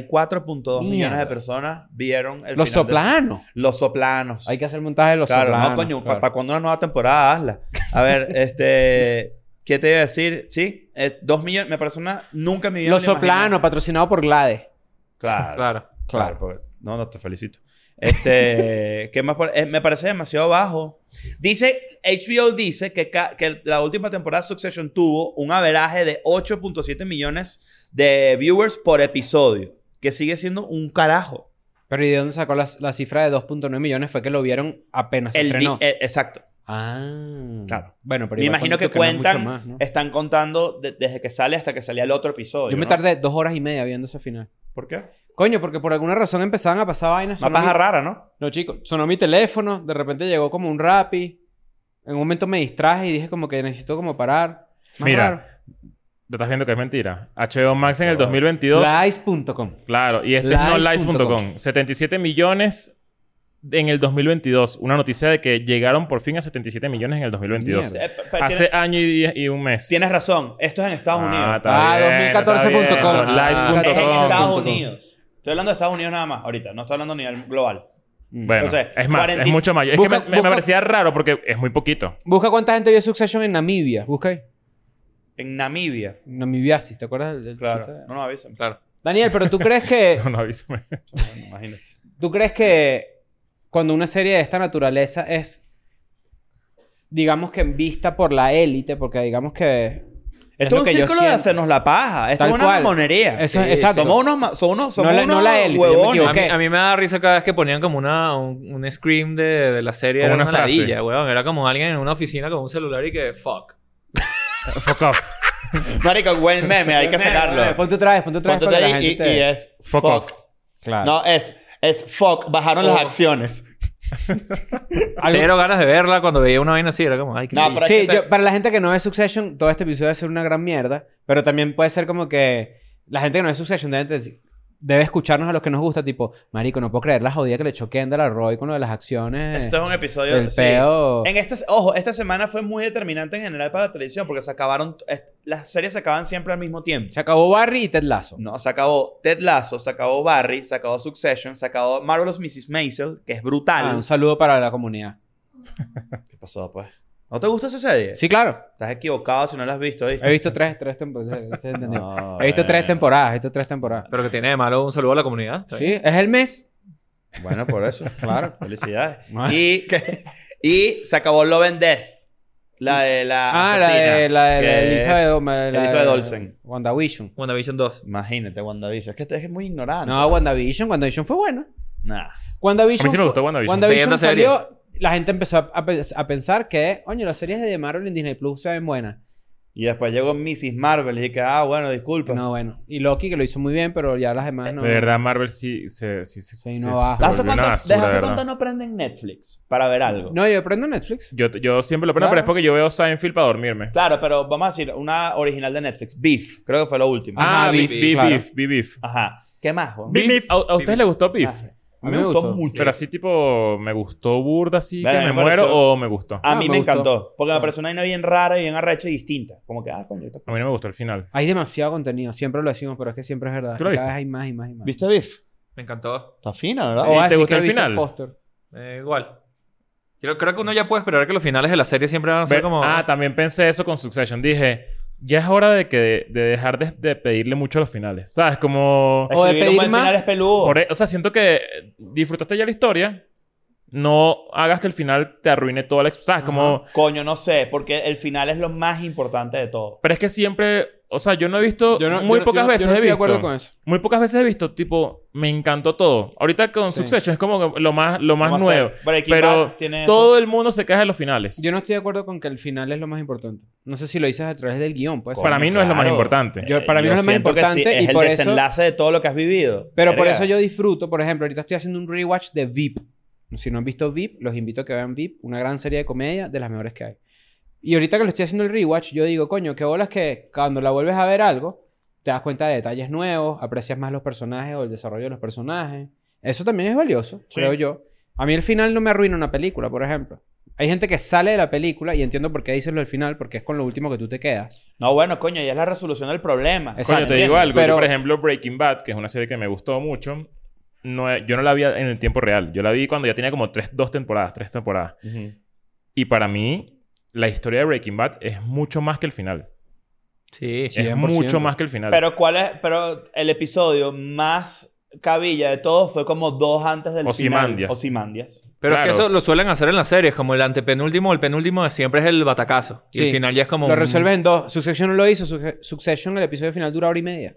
A: 44.2 millones de
C: Mierda.
A: personas vieron el
C: qué. Los
A: final de-
C: soplanos.
A: Los Soplanos.
C: Hay que hacer montaje de los
A: claro,
C: soplanos.
A: no, coño,
C: claro.
A: ¿para cuándo una nueva temporada? Hazla. A ver, este... ¿Qué te iba a decir? Sí, eh, dos millones... Me parece una... Nunca me
C: Los soplanos, patrocinado por Glade.
A: Claro.
D: Claro.
A: Claro, porque- no, no, te felicito. Este, ¿qué más? por- eh, me parece demasiado bajo. Dice, HBO dice que, ca- que la última temporada de Succession tuvo un averaje de 8.7 millones de viewers por episodio, que sigue siendo un carajo.
C: Pero ¿y de dónde sacó las- la, cifra de 2.9 millones? Fue que lo vieron apenas se
A: El di-
C: estrenó.
A: eh, exacto.
C: Ah.
A: Claro.
C: Bueno, pero
A: me
C: igual
A: imagino que
C: ponte tú no es mucho
A: cuentan,
C: más, ¿no?
A: están contando de- desde que sale hasta que salía el otro episodio.
C: Yo me
A: ¿no?
C: tardé dos horas y media viendo ese final.
A: ¿Por qué?
C: Coño, porque por alguna razón empezaban a pasar vainas.
A: Una
C: sonó mi-
A: paja rara, ¿no?
C: No, chicos, sonó mi teléfono, de repente llegó como un rapi. En un momento me distraje y dije como que necesito como parar. Más
B: Mira,
C: raro.
B: Te estás viendo que es mentira. HBO Max en el 2022.
C: Lies.com.
B: Claro. Y este es
C: Lies punto com.
B: nolice.com. 77 millones en el 2022. Una noticia de que llegaron por fin a 77 millones en el 2022.
C: Mierda.
A: Eh, p- p-
B: Hace
A: tienes,
B: año y, diez- y un mes.
A: tienes razón. Esto es en Estados Unidos.
B: está
C: Ah,
B: bien, está
C: 2014.com.
B: bien.
C: Ah,
A: Es en
C: com,
A: Estados
C: punto com.
A: Unidos. Estoy hablando de Estados Unidos nada más ahorita. No estoy hablando a nivel global.
C: Mm.
B: Bueno,
A: O sea,
B: es más,
A: 40
B: es mucho mayor. Es
C: Busca-
B: que me- me, me
C: busca-
B: parecía raro porque es muy poquito.
C: Busca cuánta gente vio Succession en Namibia. Busca ahí.
A: En Namibia.
C: Namibiasis, ¿te acuerdas del, del
A: Claro.
C: chiste de-
A: No nos avisan.
D: Claro.
C: Daniel, pero tú crees que
B: No, no, avísame.
A: Bueno, imagínate.
C: tú crees que cuando una serie de esta naturaleza es digamos que vista por la élite, porque digamos que
A: Esto es,
C: lo
A: un
C: que yo
A: círculo de
C: siento.
A: hacernos la paja. Esto
C: Tal
A: es una
C: cual.
A: mamonería.
C: Eso es- exacto.
A: Somos unos, ma- son unos, somos
C: No la-
A: unos
C: no la élite, yo me
A: huevones.
C: equivoqué.
D: A mí,
C: Ok.
D: a mí me da risa cada vez que ponían como una, un, un scream de, de la serie.
B: Como
D: era
B: una
D: una
B: frase.
D: ladilla, weón. Era como alguien en una oficina con un celular y que fuck.
B: Fuck off.
A: Marico, buen meme. Hay que sacarlo.
C: Ponte otra vez, ponte otra vez
A: Ponte
C: para que la
A: ahí y,
C: gente te-
A: y es
B: Fuck
A: fuck,
B: off.
C: Claro.
A: No, es, es fuck. Bajaron las
D: Oh.
A: acciones.
C: Algo-
D: Cero ganas de verla cuando veía una vaina así. Era como, ay, qué
A: No,
D: ladilla.
A: pero es
C: Sí,
A: que te-
C: yo- para la gente que no ve Succession, todo este episodio debe ser una gran mierda. Pero también puede ser como que la gente que no ve Succession debe, te- debe escucharnos a los que nos gusta. Tipo, marico, no puedo creer la jodida que le choqué a Kendall a Roy con lo de las acciones.
A: Esto es un episodio...
C: del
A: sí.
C: peo.
A: En esta, ojo, esta semana fue muy determinante en general para la televisión porque se acabaron... es- las series se acaban siempre al mismo tiempo.
C: Se acabó Barry y Ted Lasso.
A: No, se acabó Ted Lasso, se acabó Barry, se acabó Succession, se acabó Marvelous Mrs. Maisel, que es
C: Ah,
A: brutal.
C: un saludo para la comunidad.
A: ¿Qué pasó, pues? ¿No te gusta esa serie?
C: Sí, claro.
A: Estás equivocado si no la has visto, ¿viste?
C: He visto tres, tres temporadas. se entendió.
A: No,
C: He visto
A: bueno.
C: tres temporadas, he visto tres temporadas.
D: Pero que tiene de malo un saludo a la comunidad. está bien.
C: Sí, es el mes.
A: Bueno, por eso.
C: Claro.
A: Felicidades.
C: Ah.
A: y, y se acabó Love and Death. La de la
C: Ah, la
A: asesina.
C: de, la de, la de
A: que es-
C: Elizabeth, Dome- la
A: Elizabeth
C: de-
A: Olsen.
C: WandaVision.
D: WandaVision 2.
A: Imagínate, WandaVision. Es que este es muy ignorante.
C: No, WandaVision. WandaVision fue bueno.
A: Nah.
B: A
C: WandaVision.
B: mí sí me
C: fue-
B: gustó WandaVision.
D: Siguiente serie.
C: salió. La gente empezó a, a pens- a pensar que, oye, las series de Marvel en Disney Plus se ven buenas.
A: Y después llegó Mrs. Marvel y dije, ah, bueno, disculpa.
C: No, bueno. Y Loki, que lo hizo muy bien, pero ya las demás no.
B: De verdad, Marvel sí se... Sí, sí,
C: Sí, no va.
A: ¿Hace
B: volvió una
A: cuánto,
B: basura,
A: ¿Desde hace
B: de
A: cuánto
B: verdad.
A: no prenden Netflix para ver algo?
C: No, yo prendo Netflix.
B: Yo, yo siempre lo prendo, pero es
C: Claro.
B: porque yo veo Seinfeld para dormirme.
A: Claro, pero vamos a decir, una original de Netflix, Beef, creo que fue lo último.
C: Ah,
B: Ah,
C: Beef,
B: Beef, Beef,
C: claro.
B: Beef, Beef, Beef.
A: Ajá. ¿Qué más, Juan?
B: Beef, ¿A, a ustedes
D: Beef.
B: les gustó Beef?
A: Ah, A mí me gustó mucho.
B: Pero así tipo, me gustó burda, así
A: Verga,
B: que me
A: me pareció-
B: muero o me gustó.
A: A mí
C: Ah,
A: me,
C: me gustó.
A: encantó. Porque me
C: Claro.
A: pareció una vaina bien rara y bien arrecha y distinta. Como que, ah, coño, esta-
B: A mí no me gustó el final.
C: Hay demasiado contenido. Siempre lo decimos, pero es que siempre es verdad.
B: ¿Tú lo
C: Cada
B: viste?
C: vez hay más y más y más.
A: ¿Viste Beef?
D: Me encantó.
A: Está fina,
B: ¿Y
A: ¿verdad?
B: te
C: así
B: gustó
C: que
B: el
C: viste
B: final?
C: póster.
D: Eh, igual. Yo creo que uno ya puede esperar que los finales de la serie siempre van a ser
B: Ver-
D: como...
B: Ah, también pensé eso con Succession. Dije, ya es hora de que de dejar de, de pedirle mucho a los finales. ¿Sabes? Como...
C: O
A: Escribir
C: de
A: un
C: pedir
A: buen
C: más.
A: final es peludo.
B: por e- o sea, siento que disfrutaste ya la historia. No hagas que el final te arruine toda la... ex- ¿Sabes? Como...
A: Coño, no sé, porque el final es lo más importante de todo.
B: Pero es que siempre... O sea, yo no he visto...
C: Yo no-
B: muy
C: yo no-
B: pocas
C: yo no-
B: veces
C: yo no
B: he
C: estoy
B: visto...
C: de acuerdo con eso.
B: Muy pocas veces he visto, tipo, me encantó todo. Ahorita con
C: Sí.
B: Succession es como que lo más, lo más
A: Vamos a
B: nuevo.
A: hacer. Breaking
B: Pero
A: Bad tiene eso.
B: todo el mundo se queja de los finales.
C: Yo no estoy de acuerdo con que el final es lo más importante. No sé si lo dices a través del guión, pues.
B: Para mí no es lo más
A: Claro.
B: importante.
C: Yo- para mí
A: Yo
C: no es lo más
A: siento que
C: importante
A: sí, es
C: y
A: el
C: por eso-
A: desenlace de todo lo que has vivido.
C: Pero por
A: Verga.
C: eso yo disfruto, por ejemplo, ahorita estoy haciendo un rewatch de VIP. Si no han visto VIP, los invito a que vean VIP, una gran serie de comedia de las mejores que hay. Y ahorita que lo estoy haciendo el rewatch, yo digo, coño, qué bolas que cuando la vuelves a ver algo, te das cuenta de detalles nuevos, aprecias más los personajes o el desarrollo de los personajes. Eso también es valioso,
A: Sí.
C: creo yo. A mí el final no me arruina una película, por ejemplo. Hay gente que sale de la película y entiendo por qué dices lo del final, porque es con lo último que tú te quedas.
A: No, bueno, coño, ya es la resolución del problema.
C: Exacto.
B: Coño, te digo
A: ¿entiendes?
B: algo.
C: Pero-
B: Yo, por ejemplo, Breaking Bad, que es una serie que me gustó mucho, no, he- yo no la vi en el tiempo real. Yo la vi cuando ya tenía como tres, dos temporadas, tres temporadas.
A: Ujú.
B: Y para mí, la historia de Breaking Bad es mucho más que el final.
D: Sí.
B: Es
C: 100%.
B: mucho más que el final.
A: Pero cuál es, pero el episodio más cabilla de todos fue como dos antes del
B: Ozymandias.
A: final. Ozymandias.
D: Pero es que
B: Claro.
D: eso lo suelen hacer en las series, como el antepenúltimo o el penúltimo de siempre es el batacazo. Y
C: Sí.
D: el final ya es como...
C: Lo
D: un-
C: resuelves en dos. Succession no lo hizo. Suge- Succession, el episodio final dura hora y media.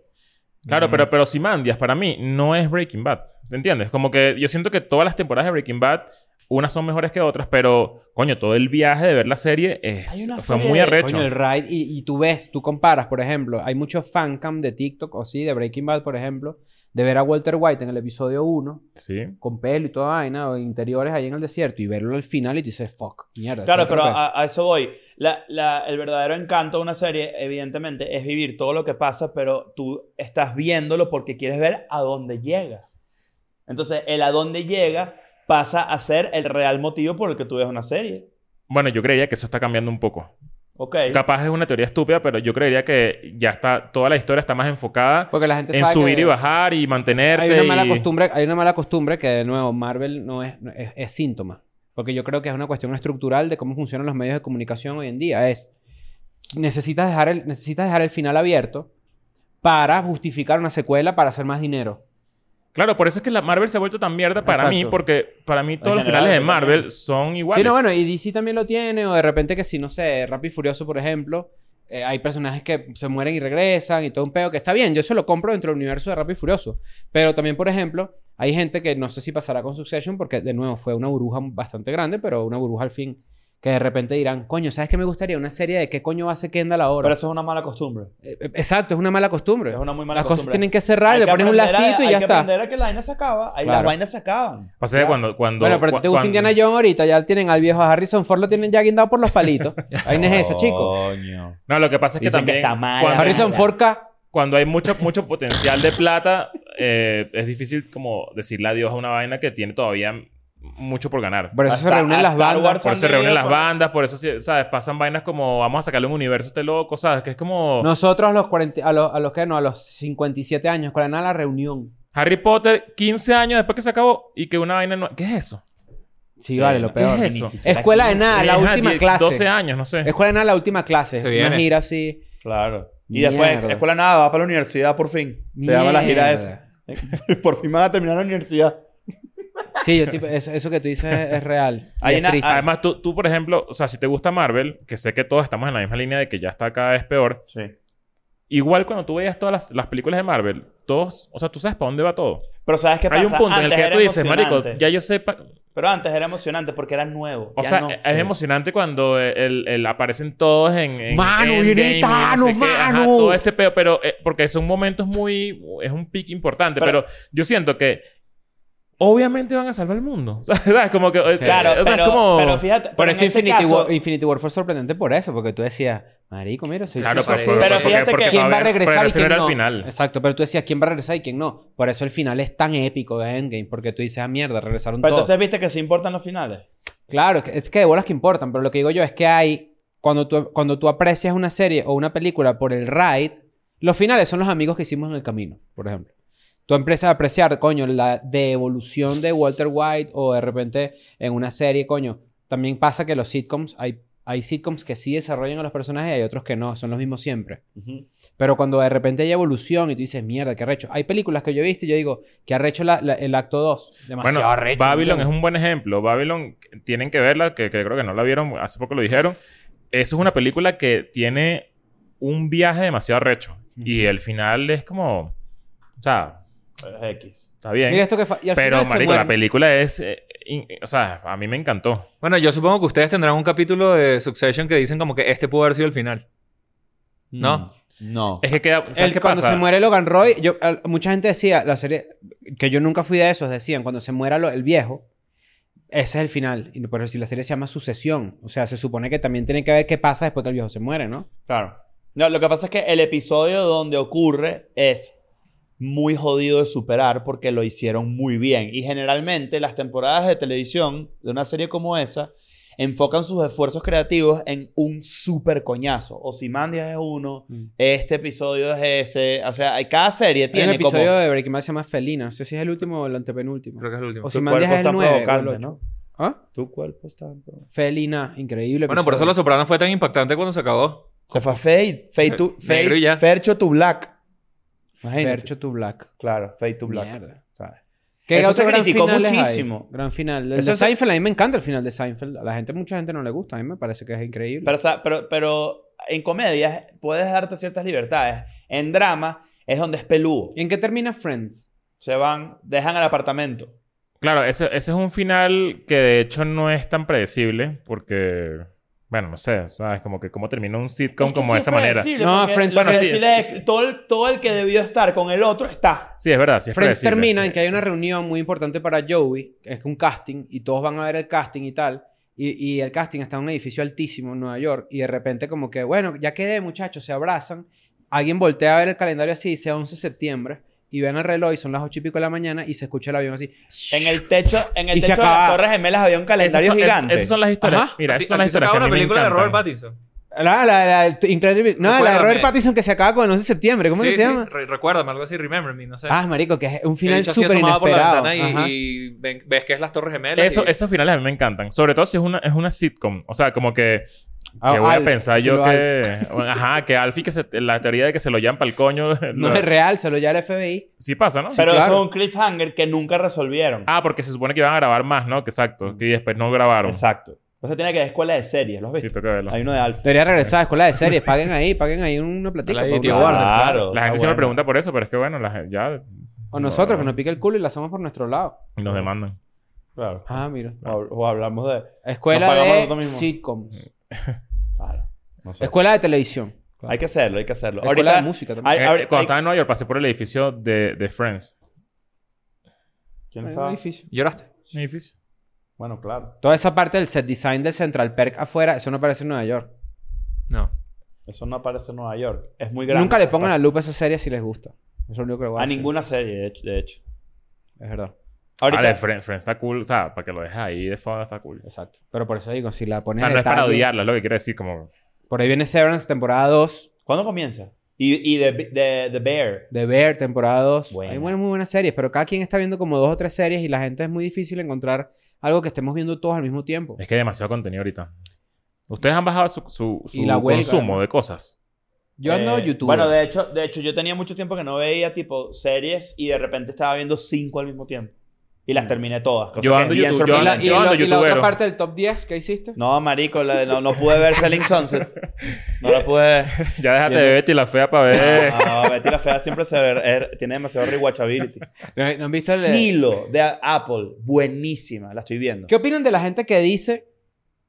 B: Claro, pero, pero Simandias para mí no es Breaking Bad. ¿Te entiendes? Como que yo siento que todas las temporadas de Breaking Bad, unas son mejores que otras, pero coño, todo el viaje de ver la serie
A: Hay
B: es,
A: una
B: fue
A: serie
B: muy
A: de-
B: arrecho.
C: Coño, el ride. Y, y tú ves, tú comparas, por ejemplo, hay muchos fancam de TikTok o sí, de Breaking Bad, por ejemplo, de ver a Walter White en el episodio 1,
B: Sí.
C: con pelo y toda vaina, o interiores ahí en el desierto, y verlo al final y tú dices, fuck, mierda.
A: Claro,
C: esto
A: pero
C: es otra
A: a, a eso voy. La- la- el verdadero encanto de una serie, evidentemente, es vivir todo lo que pasa, pero tú estás viéndolo porque quieres ver a dónde llega. Entonces, el a dónde llega pasa a ser el real motivo por el que tú ves una serie.
B: Bueno, yo creía que eso está cambiando un poco.
A: Ok.
B: Capaz es una teoría estúpida, pero yo creería que ya está, toda la historia está más enfocada
C: cosa. Porque la gente
B: en
C: sabe
B: subir
C: que
B: y bajar y mantenerte.
C: Hay una, mala
B: y-
C: costumbre, hay una mala costumbre que, de nuevo, Marvel no es, no- es, es síntoma. Porque yo creo que es una cuestión estructural de cómo funcionan los medios de comunicación hoy en día. Es, necesitas dejar el, necesitas dejar el final abierto para justificar una secuela para hacer más dinero.
B: Claro, por eso es que la Marvel se ha vuelto tan mierda para mí,
C: Exacto.
B: porque para mí todos los
A: general,
B: finales de
A: yo
B: Marvel
A: también.
B: son iguales.
C: Sí, no, bueno, y DC también lo tiene, o de repente que si, no sé, Rápido y Furioso, por ejemplo, eh, hay personajes que se mueren y regresan y todo un pedo, que está bien, yo se lo compro dentro del universo de Rápido y Furioso. Pero también, por ejemplo, hay gente que no sé si pasará con Succession, porque de nuevo fue una burbuja bastante grande, pero una burbuja al fin, que de repente dirán, coño, ¿sabes qué me gustaría? Una serie de qué coño hace Kendall ahora.
A: Pero eso es una mala costumbre.
C: Eh, eh, Exacto, es una mala costumbre.
A: Es una muy mala
C: Las cosas
A: costumbre.
C: tienen que cerrar,
A: Hay
C: le
A: que
C: pones un
A: aprender a-
C: lacito y ya
A: Hay que
C: está.
A: aprender a que la vaina se acaba. Ahí las
C: Claro.
A: vainas se acaban.
B: Pasa que
A: Ya.
B: cuando, cuando.
C: Bueno, pero a ti te
B: cua-
C: gusta
B: cuando-
C: Indiana Jones ahorita, ya tienen al viejo Harrison Ford, lo tienen ya guindado por los palitos. Ahí no es eso, chicos.
A: Coño.
B: No, lo que pasa es que
A: Dicen que
B: también.
A: está mal,
B: cuando,
C: Harrison
A: Claro.
C: Ford K.
B: cuando hay mucho, mucho potencial de plata, eh, es difícil como decirle adiós a una vaina que tiene todavía mucho por ganar.
C: Por eso
A: Hasta-
C: se reúnen las
A: hasta
C: bandas.
A: Wars
B: Por eso se
A: han
B: reúnen
A: venido
B: las
A: con-
B: bandas, por eso, sí, ¿sabes? Pasan vainas como vamos a sacarle un universo a este loco, ¿sabes? Que es como
C: Nosotros a los 40, a los, a los que no, a los 57 años, ¿cuál era la reunión?
B: Harry Potter 15 años después que se acabó y que una vaina no... ¿Qué es eso?
C: Sí, vale, lo peor.
B: ¿Qué
E: que
B: es
E: ni
B: eso?
E: siquiera
C: Escuela de
E: quince.
C: nada, Ah, la
B: Ajá,
C: última
B: 10,
C: clase.
B: 12 años, no sé.
C: Escuela de nada, la última clase.
D: Se
C: Una
D: viene.
C: gira así.
A: Claro. Y
C: Mierda.
A: después, escuela nada, va para la universidad por fin. Se llama la gira esa.
C: Mierda.
A: por fin van a terminar la universidad.
C: Sí, yo, tipo, eso, eso que tú dices es, es real. Y
A: Hay
C: es
A: una-
C: triste.
A: ah,
B: Además, tú, tú, por ejemplo, o sea, si te gusta Marvel, que sé que todos estamos en la misma línea de que ya está cada vez peor,
A: Sí.
B: igual cuando tú veías todas las, las películas de Marvel, todos, o sea, tú sabes para dónde va todo.
A: Pero ¿sabes qué pasa?
B: Hay un punto en el
A: Antes
B: que
A: era
B: tú dices, marico,
A: emocionante.
B: ya yo sé... pa-
A: Pero antes era emocionante porque era nuevo.
B: O
A: ya
B: sea, e-,
A: no.
B: es emocionante cuando el, el- aparecen todos en... en
C: Mano,
B: Endgame
C: viene
B: y
C: Thanos,
B: qué. Ajá,
C: mano.
B: todo ese peo, pero... eh, porque son momentos muy... Es un pic importante, pero,
A: Pero-
B: yo siento que... Obviamente van a salvar el mundo. O sea, ¿sabes? Como que... eh,
A: Claro,
B: o sea, es
A: pero,
B: como-
A: pero fíjate.
C: Pero
A: en
C: eso
A: ese
C: Infinity,
A: caso-
C: War, Infinity War fue sorprendente por eso, porque tú decías, Marico, mira, se
B: Claro,
C: hizo
B: pero,
C: así".
B: pero-
A: Pero
B: porque-
A: fíjate
B: porque
A: que-
C: ¿Quién va a
B: todavía-
C: regresar y
B: Progreso
C: quién
B: era
C: no?
B: al final.
C: Exacto, pero tú decías quién va a regresar y quién no. Por eso el final es tan épico de Endgame, porque tú dices, ah, mierda, regresaron
A: Pero
C: todos.
A: entonces viste que se importan los finales.
C: Claro, es que- es que de bolas que importan, pero lo que digo yo es que hay. Cuando tú, cuando tú aprecias una serie o una película por el ride, los finales son los amigos que hicimos en el camino, por ejemplo. Tú empiezas a apreciar, coño, la de evolución de Walter White o de repente en una serie, coño. También pasa que los sitcoms, hay, hay sitcoms que sí desarrollan a los personajes y hay otros que no, son los mismos siempre. Pero cuando de repente hay evolución y tú dices, mierda, qué arrecho. Hay películas que yo he visto y yo digo, qué arrecho la, la- el acto 2. Demasiado
B: Bueno,
C: arrecho.
B: Babylon
C: ¿no?
B: es un buen ejemplo. Babylon, tienen que verla, que, que creo que no la vieron, hace poco lo dijeron. Eso es una película que tiene un viaje demasiado recho. Y el final es como... O sea,
A: X.
B: está bien.
C: Mira esto que fa- y al
B: Pero,
C: final se
B: marico, la
C: mueren.
B: película es... eh, in- o sea, a mí me encantó.
D: Bueno, yo supongo que ustedes tendrán un capítulo de Succession que dicen como que este pudo haber sido el final. ¿No?
C: Mm. No.
B: Es que queda... ¿Sabes qué
C: cuando
B: pasa?
C: se muere Logan Roy, yo, al- mucha gente decía, la serie, que yo nunca fui de esos, decían, cuando se muera lo- el viejo, ese es el final. Y, pero si la serie se llama Sucesión, o sea, se supone que también tiene que ver qué pasa después que el viejo se muere, ¿no?
A: Claro. No, lo que pasa es que el episodio donde ocurre es muy jodido de superar porque lo hicieron muy bien. Y generalmente las temporadas de televisión de una serie como esa enfocan sus esfuerzos creativos en un super coñazo. Ozymandias es uno,
C: Mm.
A: este episodio es ese. O sea, hay- cada serie
C: Hay un
A: tiene como...
C: episodio de Breaking Bad que se llama Felina, no sé si es el último o el antepenúltimo.
D: Creo que es el último.
C: O
A: Tu
C: Ozymandias
A: cuerpo
C: es
A: está
C: el 9 o el
A: provocante,
C: 8.
A: ¿no?
C: ¿Ah?
A: Tu cuerpo está provocante.
C: Felina, increíble.
D: Bueno, por eso Los
C: episodio.
D: Sopranos fue tan impactante cuando se acabó.
A: Se fue a Fade. Fade to...
D: Eh, negro
A: Fade,
D: y ya.
A: Fercho to Black. Imagínate.
C: Fercho to Black.
A: Claro, Fade to Black.
C: Mierda.
A: ¿sabes?
C: ¿Qué
A: Eso
C: otros
A: se
C: gran
A: criticó
C: finales hay?
A: muchísimo.
C: Gran final. El
A: Eso
C: de
A: se-
C: Seinfeld, a mí me encanta el final de Seinfeld. A la gente, mucha gente no le gusta. A mí me parece que es increíble.
A: Pero, o sea, pero, pero en comedias puedes darte ciertas libertades. En drama es donde es peludo.
C: ¿En qué termina Friends?
A: Se van, dejan el apartamento.
B: Claro, ese, ese es un final que de hecho no es tan predecible porque... Bueno, no sé, ¿sabes? Como que cómo termina un sitcom
A: Es que
B: como
A: sí
B: de
A: es
B: esa manera.
A: predecible,
C: No,
A: porque
C: Friends-
A: lo
B: Bueno, sí,
A: predecible
B: sí,
A: es-
B: sí.
A: Todo, el, todo el que debió estar con el otro está.
B: Sí, es verdad, sí es
C: Friends
B: predecible,
C: termina
B: sí.
C: en que hay una reunión muy importante para Joey, que es un casting, y todos van a ver el casting y tal. Y, y el casting está en un edificio altísimo en Nueva York, y de repente, como que, bueno, ya quedé, muchachos, se abrazan. Alguien voltea a ver el calendario así, dice 11 de septiembre, y ven el reloj, y son las 8 y pico de la mañana, y se escucha el avión así.
A: En el techo, en el
C: Y se
A: techo de las
C: acaba.
A: Torres Gemelas había un
B: Esas
A: calendario
B: son- es-
A: gigante.
B: Esas son las historias.
C: Ajá.
B: Mira,
D: así,
B: esas son las
D: así se
B: historias que
D: acabó
B: a mí
D: la
B: me
D: película de
B: encantan.
D: Robert Pattinson.
C: La, la, la- tu- increíble. No, la de
D: Recuérdame.
C: Robert Pattinson que se acaba con el 11 de septiembre, ¿cómo
D: Sí,
C: que se
D: sí,
C: llama?
D: re- recuérdame, algo así, Remember Me, no sé.
C: Ah, marico, que es un
D: Que el
C: final
D: bicho así
C: súper
D: asomaba por la
C: inesperado.
D: ventana y-
C: Ajá.
D: Y, ven- ves que es las Torres Gemelas.
B: Eso,
D: y-
B: esos finales a mí me encantan. Sobre todo si es una, es una sitcom. O sea, como que...
C: Ah,
B: Que voy
C: Alf,
B: a pensar yo
C: título Alf.
B: que... Ajá, que Alfie, que se- la teoría de que se lo llevan para el coño...
C: No es real, se lo ya el FBI.
B: Sí pasa, ¿no?
A: pero
C: claro.
A: eso es un cliffhanger que nunca resolvieron.
B: Ah, porque se supone que iban a grabar más, ¿no? Que exacto. Que después no grabaron. Exacto.
A: Exacto. O sea, tiene que ver escuela de series, ¿los
B: Sí,
A: viste?
B: tengo que verlo.
A: Hay uno de Alfa.
C: Debería regresar a escuela de series. Paguen ahí, paguen ahí una platica.
D: Hola,
C: pa'
D: tío
C: usar.
D: Warner.
B: La gente
A: está
B: siempre
A: Ah, bueno.
B: pregunta por eso, pero es que bueno, la gen- ya
C: o nosotros, que nos pique el culo y la hacemos por nuestro lado.
B: nos demandan.
A: Claro.
C: Ah, mira.
A: O, o hablamos de.
C: Escuela
A: Nos pagamos nosotros
C: de
A: mismos.
C: sitcoms.
A: Claro. No sé.
C: Escuela de televisión.
A: Hay que hacerlo, hay que hacerlo.
C: Escuela de
A: Ahorita.
C: música también.
A: hay-
B: Eh,
A: ahorita-
B: cuando
A: hay-
B: estaba en Nueva York pasé por el edificio de, de Friends.
A: ¿Quién
C: Es
A: estaba?
C: difícil.
D: ¿Lloraste?
B: ¿Un edificio?
A: Bueno, claro.
C: Toda esa parte del set design del Central Perk afuera, eso no aparece en Nueva York.
D: No.
A: Eso no aparece en Nueva York. Es muy grande.
C: Nunca le
A: ese
C: pongan a
A: espacio.
C: lupa a esa serie si les gusta. Eso es lo único que le voy a
A: A
C: decir.
A: ninguna serie, de hecho. de hecho.
C: Es verdad.
A: Ahorita.
B: Vale, Friends, Ah, Friends está cool. O sea, para que lo dejes ahí de fondo está cool. O
C: Exacto. Pero por eso digo, si la pones
B: sea, no es
C: detalle-
B: para odiarla, es lo que quiero decir. Como...
C: Por ahí viene Severance, temporada 2.
A: ¿Cuándo comienza? Y, y The, The- The Bear.
C: The Bear, temporada 2.
A: Buena.
C: Hay buenas, muy buenas series, pero cada quien está viendo como dos o tres series y la gente es muy difícil encontrar algo que estemos viendo todos al mismo tiempo.
B: Es que hay demasiado contenido ahorita. Ustedes han bajado su, su, su
C: Y la huelga,
B: consumo
C: ¿no?
B: de cosas.
C: Yo ando
A: Eh,
C: YouTube.
A: Bueno, de hecho, de hecho, yo tenía mucho tiempo que no veía tipo series y de repente estaba viendo cinco al mismo tiempo. Y
C: Mm.
A: las terminé todas. cosa
B: Yo
A: que
B: ando
A: es bien
B: YouTube, yo
C: y, la,
A: sorprendente.
C: y
B: yo
C: lo-
B: ando
C: y la otra
B: youtubero.
C: parte del top 10 que hiciste.
A: No, marico, la de- no, no pude ver Selling Sunset. No la pude ver.
B: Ya déjate
A: Yo-
B: de Betty la fea para ver.
A: No, Betty la Fea siempre se ve, er- tiene demasiado rewatchability.
C: ¿No, no han visto el de-
A: Silo de Apple, buenísima, la estoy viendo.
C: ¿Qué opinan de la gente que dice,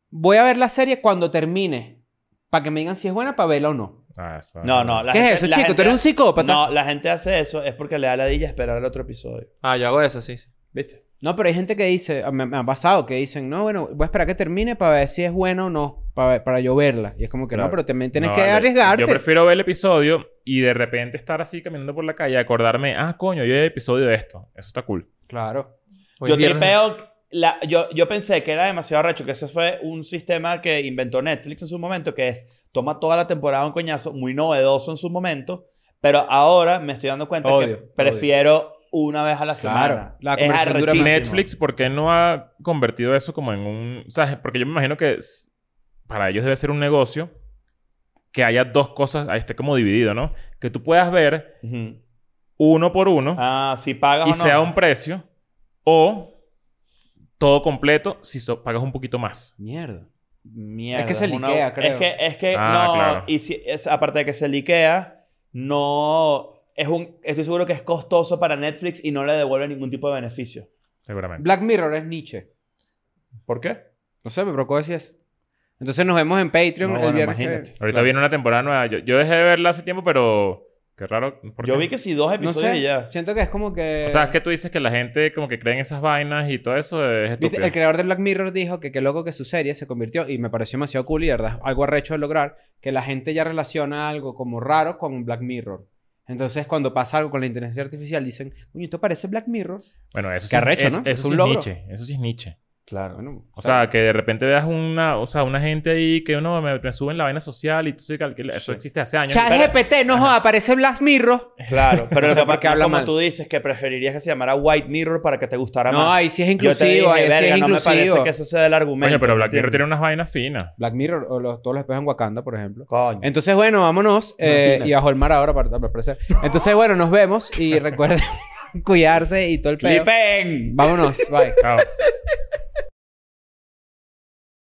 C: voy a ver la serie cuando termine? Para que me digan si es buena para verla o no.
B: Ah, eso-
A: No, no. La
C: ¿Qué
A: gente-
C: es eso,
A: la
C: chico?
A: gente-
C: ¿Tú eres un psicópata? No.
A: No, la gente hace eso es porque le da la dilla esperar el otro episodio.
D: Ah, yo hago eso, sí. sí.
A: ¿Viste?
C: pero hay gente que dice, ah, me, me ha pasado, que dicen, no, bueno, voy a esperar que termine para ver si es buena o no, para, para yo verla. Y es como que no,
B: Claro.
C: pero también tienes
B: No,
C: que
B: vale.
C: arriesgarte.
B: Yo prefiero ver el episodio y de repente estar así caminando por la calle y acordarme, ah, coño, yo vi el episodio de esto. Eso está cool.
C: Claro.
B: Pues
D: Hoy
A: yo
D: es viernes.
A: tripeo. la- yo, yo pensé que era demasiado recho, que ese fue un sistema que inventó Netflix en su momento, que es toma toda la temporada un coñazo, muy novedoso en su momento, pero ahora me estoy dando cuenta
C: Obvio,
A: que
C: obvio.
A: prefiero una vez a la
C: Claro,
A: semana.
C: la
A: es
C: conversación dura
A: arrechísimo.
C: Muchísimo.
B: Netflix, ¿por qué no ha convertido eso como en un... O sea, porque yo me imagino que s- para ellos debe ser un negocio que haya dos cosas, ahí esté como dividido, ¿no? Que tú puedas ver
A: Ujú.
B: uno por uno
A: Ah, si pagas
B: y
A: o no.
B: sea un precio o todo completo si so- pagas un poquito más.
C: Mierda.
A: Mierda,
C: Es que se
A: una-
C: liquea, creo.
A: Es que, es que
B: Ah,
A: no,
B: claro.
A: y si, es, aparte de que se liquea, no, es un, estoy seguro que es costoso para Netflix y no le devuelve ningún tipo de beneficio.
B: Seguramente.
C: Black Mirror es Nietzsche.
A: ¿Por qué?
C: No sé, me provocó decir eso. Entonces nos vemos en Patreon
A: No,
C: el
A: bueno,
C: viernes. que
A: imagínate.
C: viene.
B: Ahorita viene una temporada nueva. Yo, yo dejé de verla hace tiempo, pero... Qué raro. ¿por
A: Yo
B: qué?
A: vi que si dos
C: No
A: episodios
C: sé,
A: y ya.
C: siento que es como que...
B: O sea, es que tú dices que la gente como que cree en esas vainas y todo eso es
C: Viste,
B: estúpido.
C: El creador de Black Mirror dijo que qué loco que su serie se convirtió, y me pareció demasiado cool y de verdad algo arrecho de lograr, que la gente ya relaciona algo como raro con Black Mirror. Entonces, cuando pasa algo con la inteligencia artificial, dicen, uy, esto parece Black Mirror.
B: Bueno, eso
C: Qué arrecho,
B: es,
C: ¿no? Es
B: Eso
C: un
B: sí es
C: logro.
B: Nietzsche. Eso sí es Nietzsche.
A: Claro.
C: Bueno,
B: O sea, que de repente veas una, o sea, una gente ahí que uno me, me sube en la vaina social y tú sabes que eso
A: Sí.
B: existe hace años.
C: Chat GPT, no joda, parece Black Mirror.
A: Claro, pero
C: No
A: lo
C: sé
A: que
C: por
A: pasa
C: qué
A: es
C: habla
A: como
C: mal.
A: tú dices que preferirías que se llamara White Mirror para que te gustara
C: No,
A: más.
C: ahí sí es
A: Yo te dije,
C: inclusivo, ahí sí
A: verga,
C: es
A: no me parece
C: inclusivo.
A: que eso sea el argumento.
B: Coño, pero
A: ¿me
B: Black Mirror tiene
A: entiendes?
B: unas vainas finas.
C: Black Mirror o los- todos los espejos en Wakanda, por ejemplo.
A: Coño.
C: Entonces, bueno, vámonos. eh,
A: Imagínate.
C: y bajo el mar ahora, para, para parecer. Entonces, bueno, nos vemos y recuerden cuidarse y todo el pedo.
A: ¡Clipen!
C: Vámonos, bye.
B: Chao.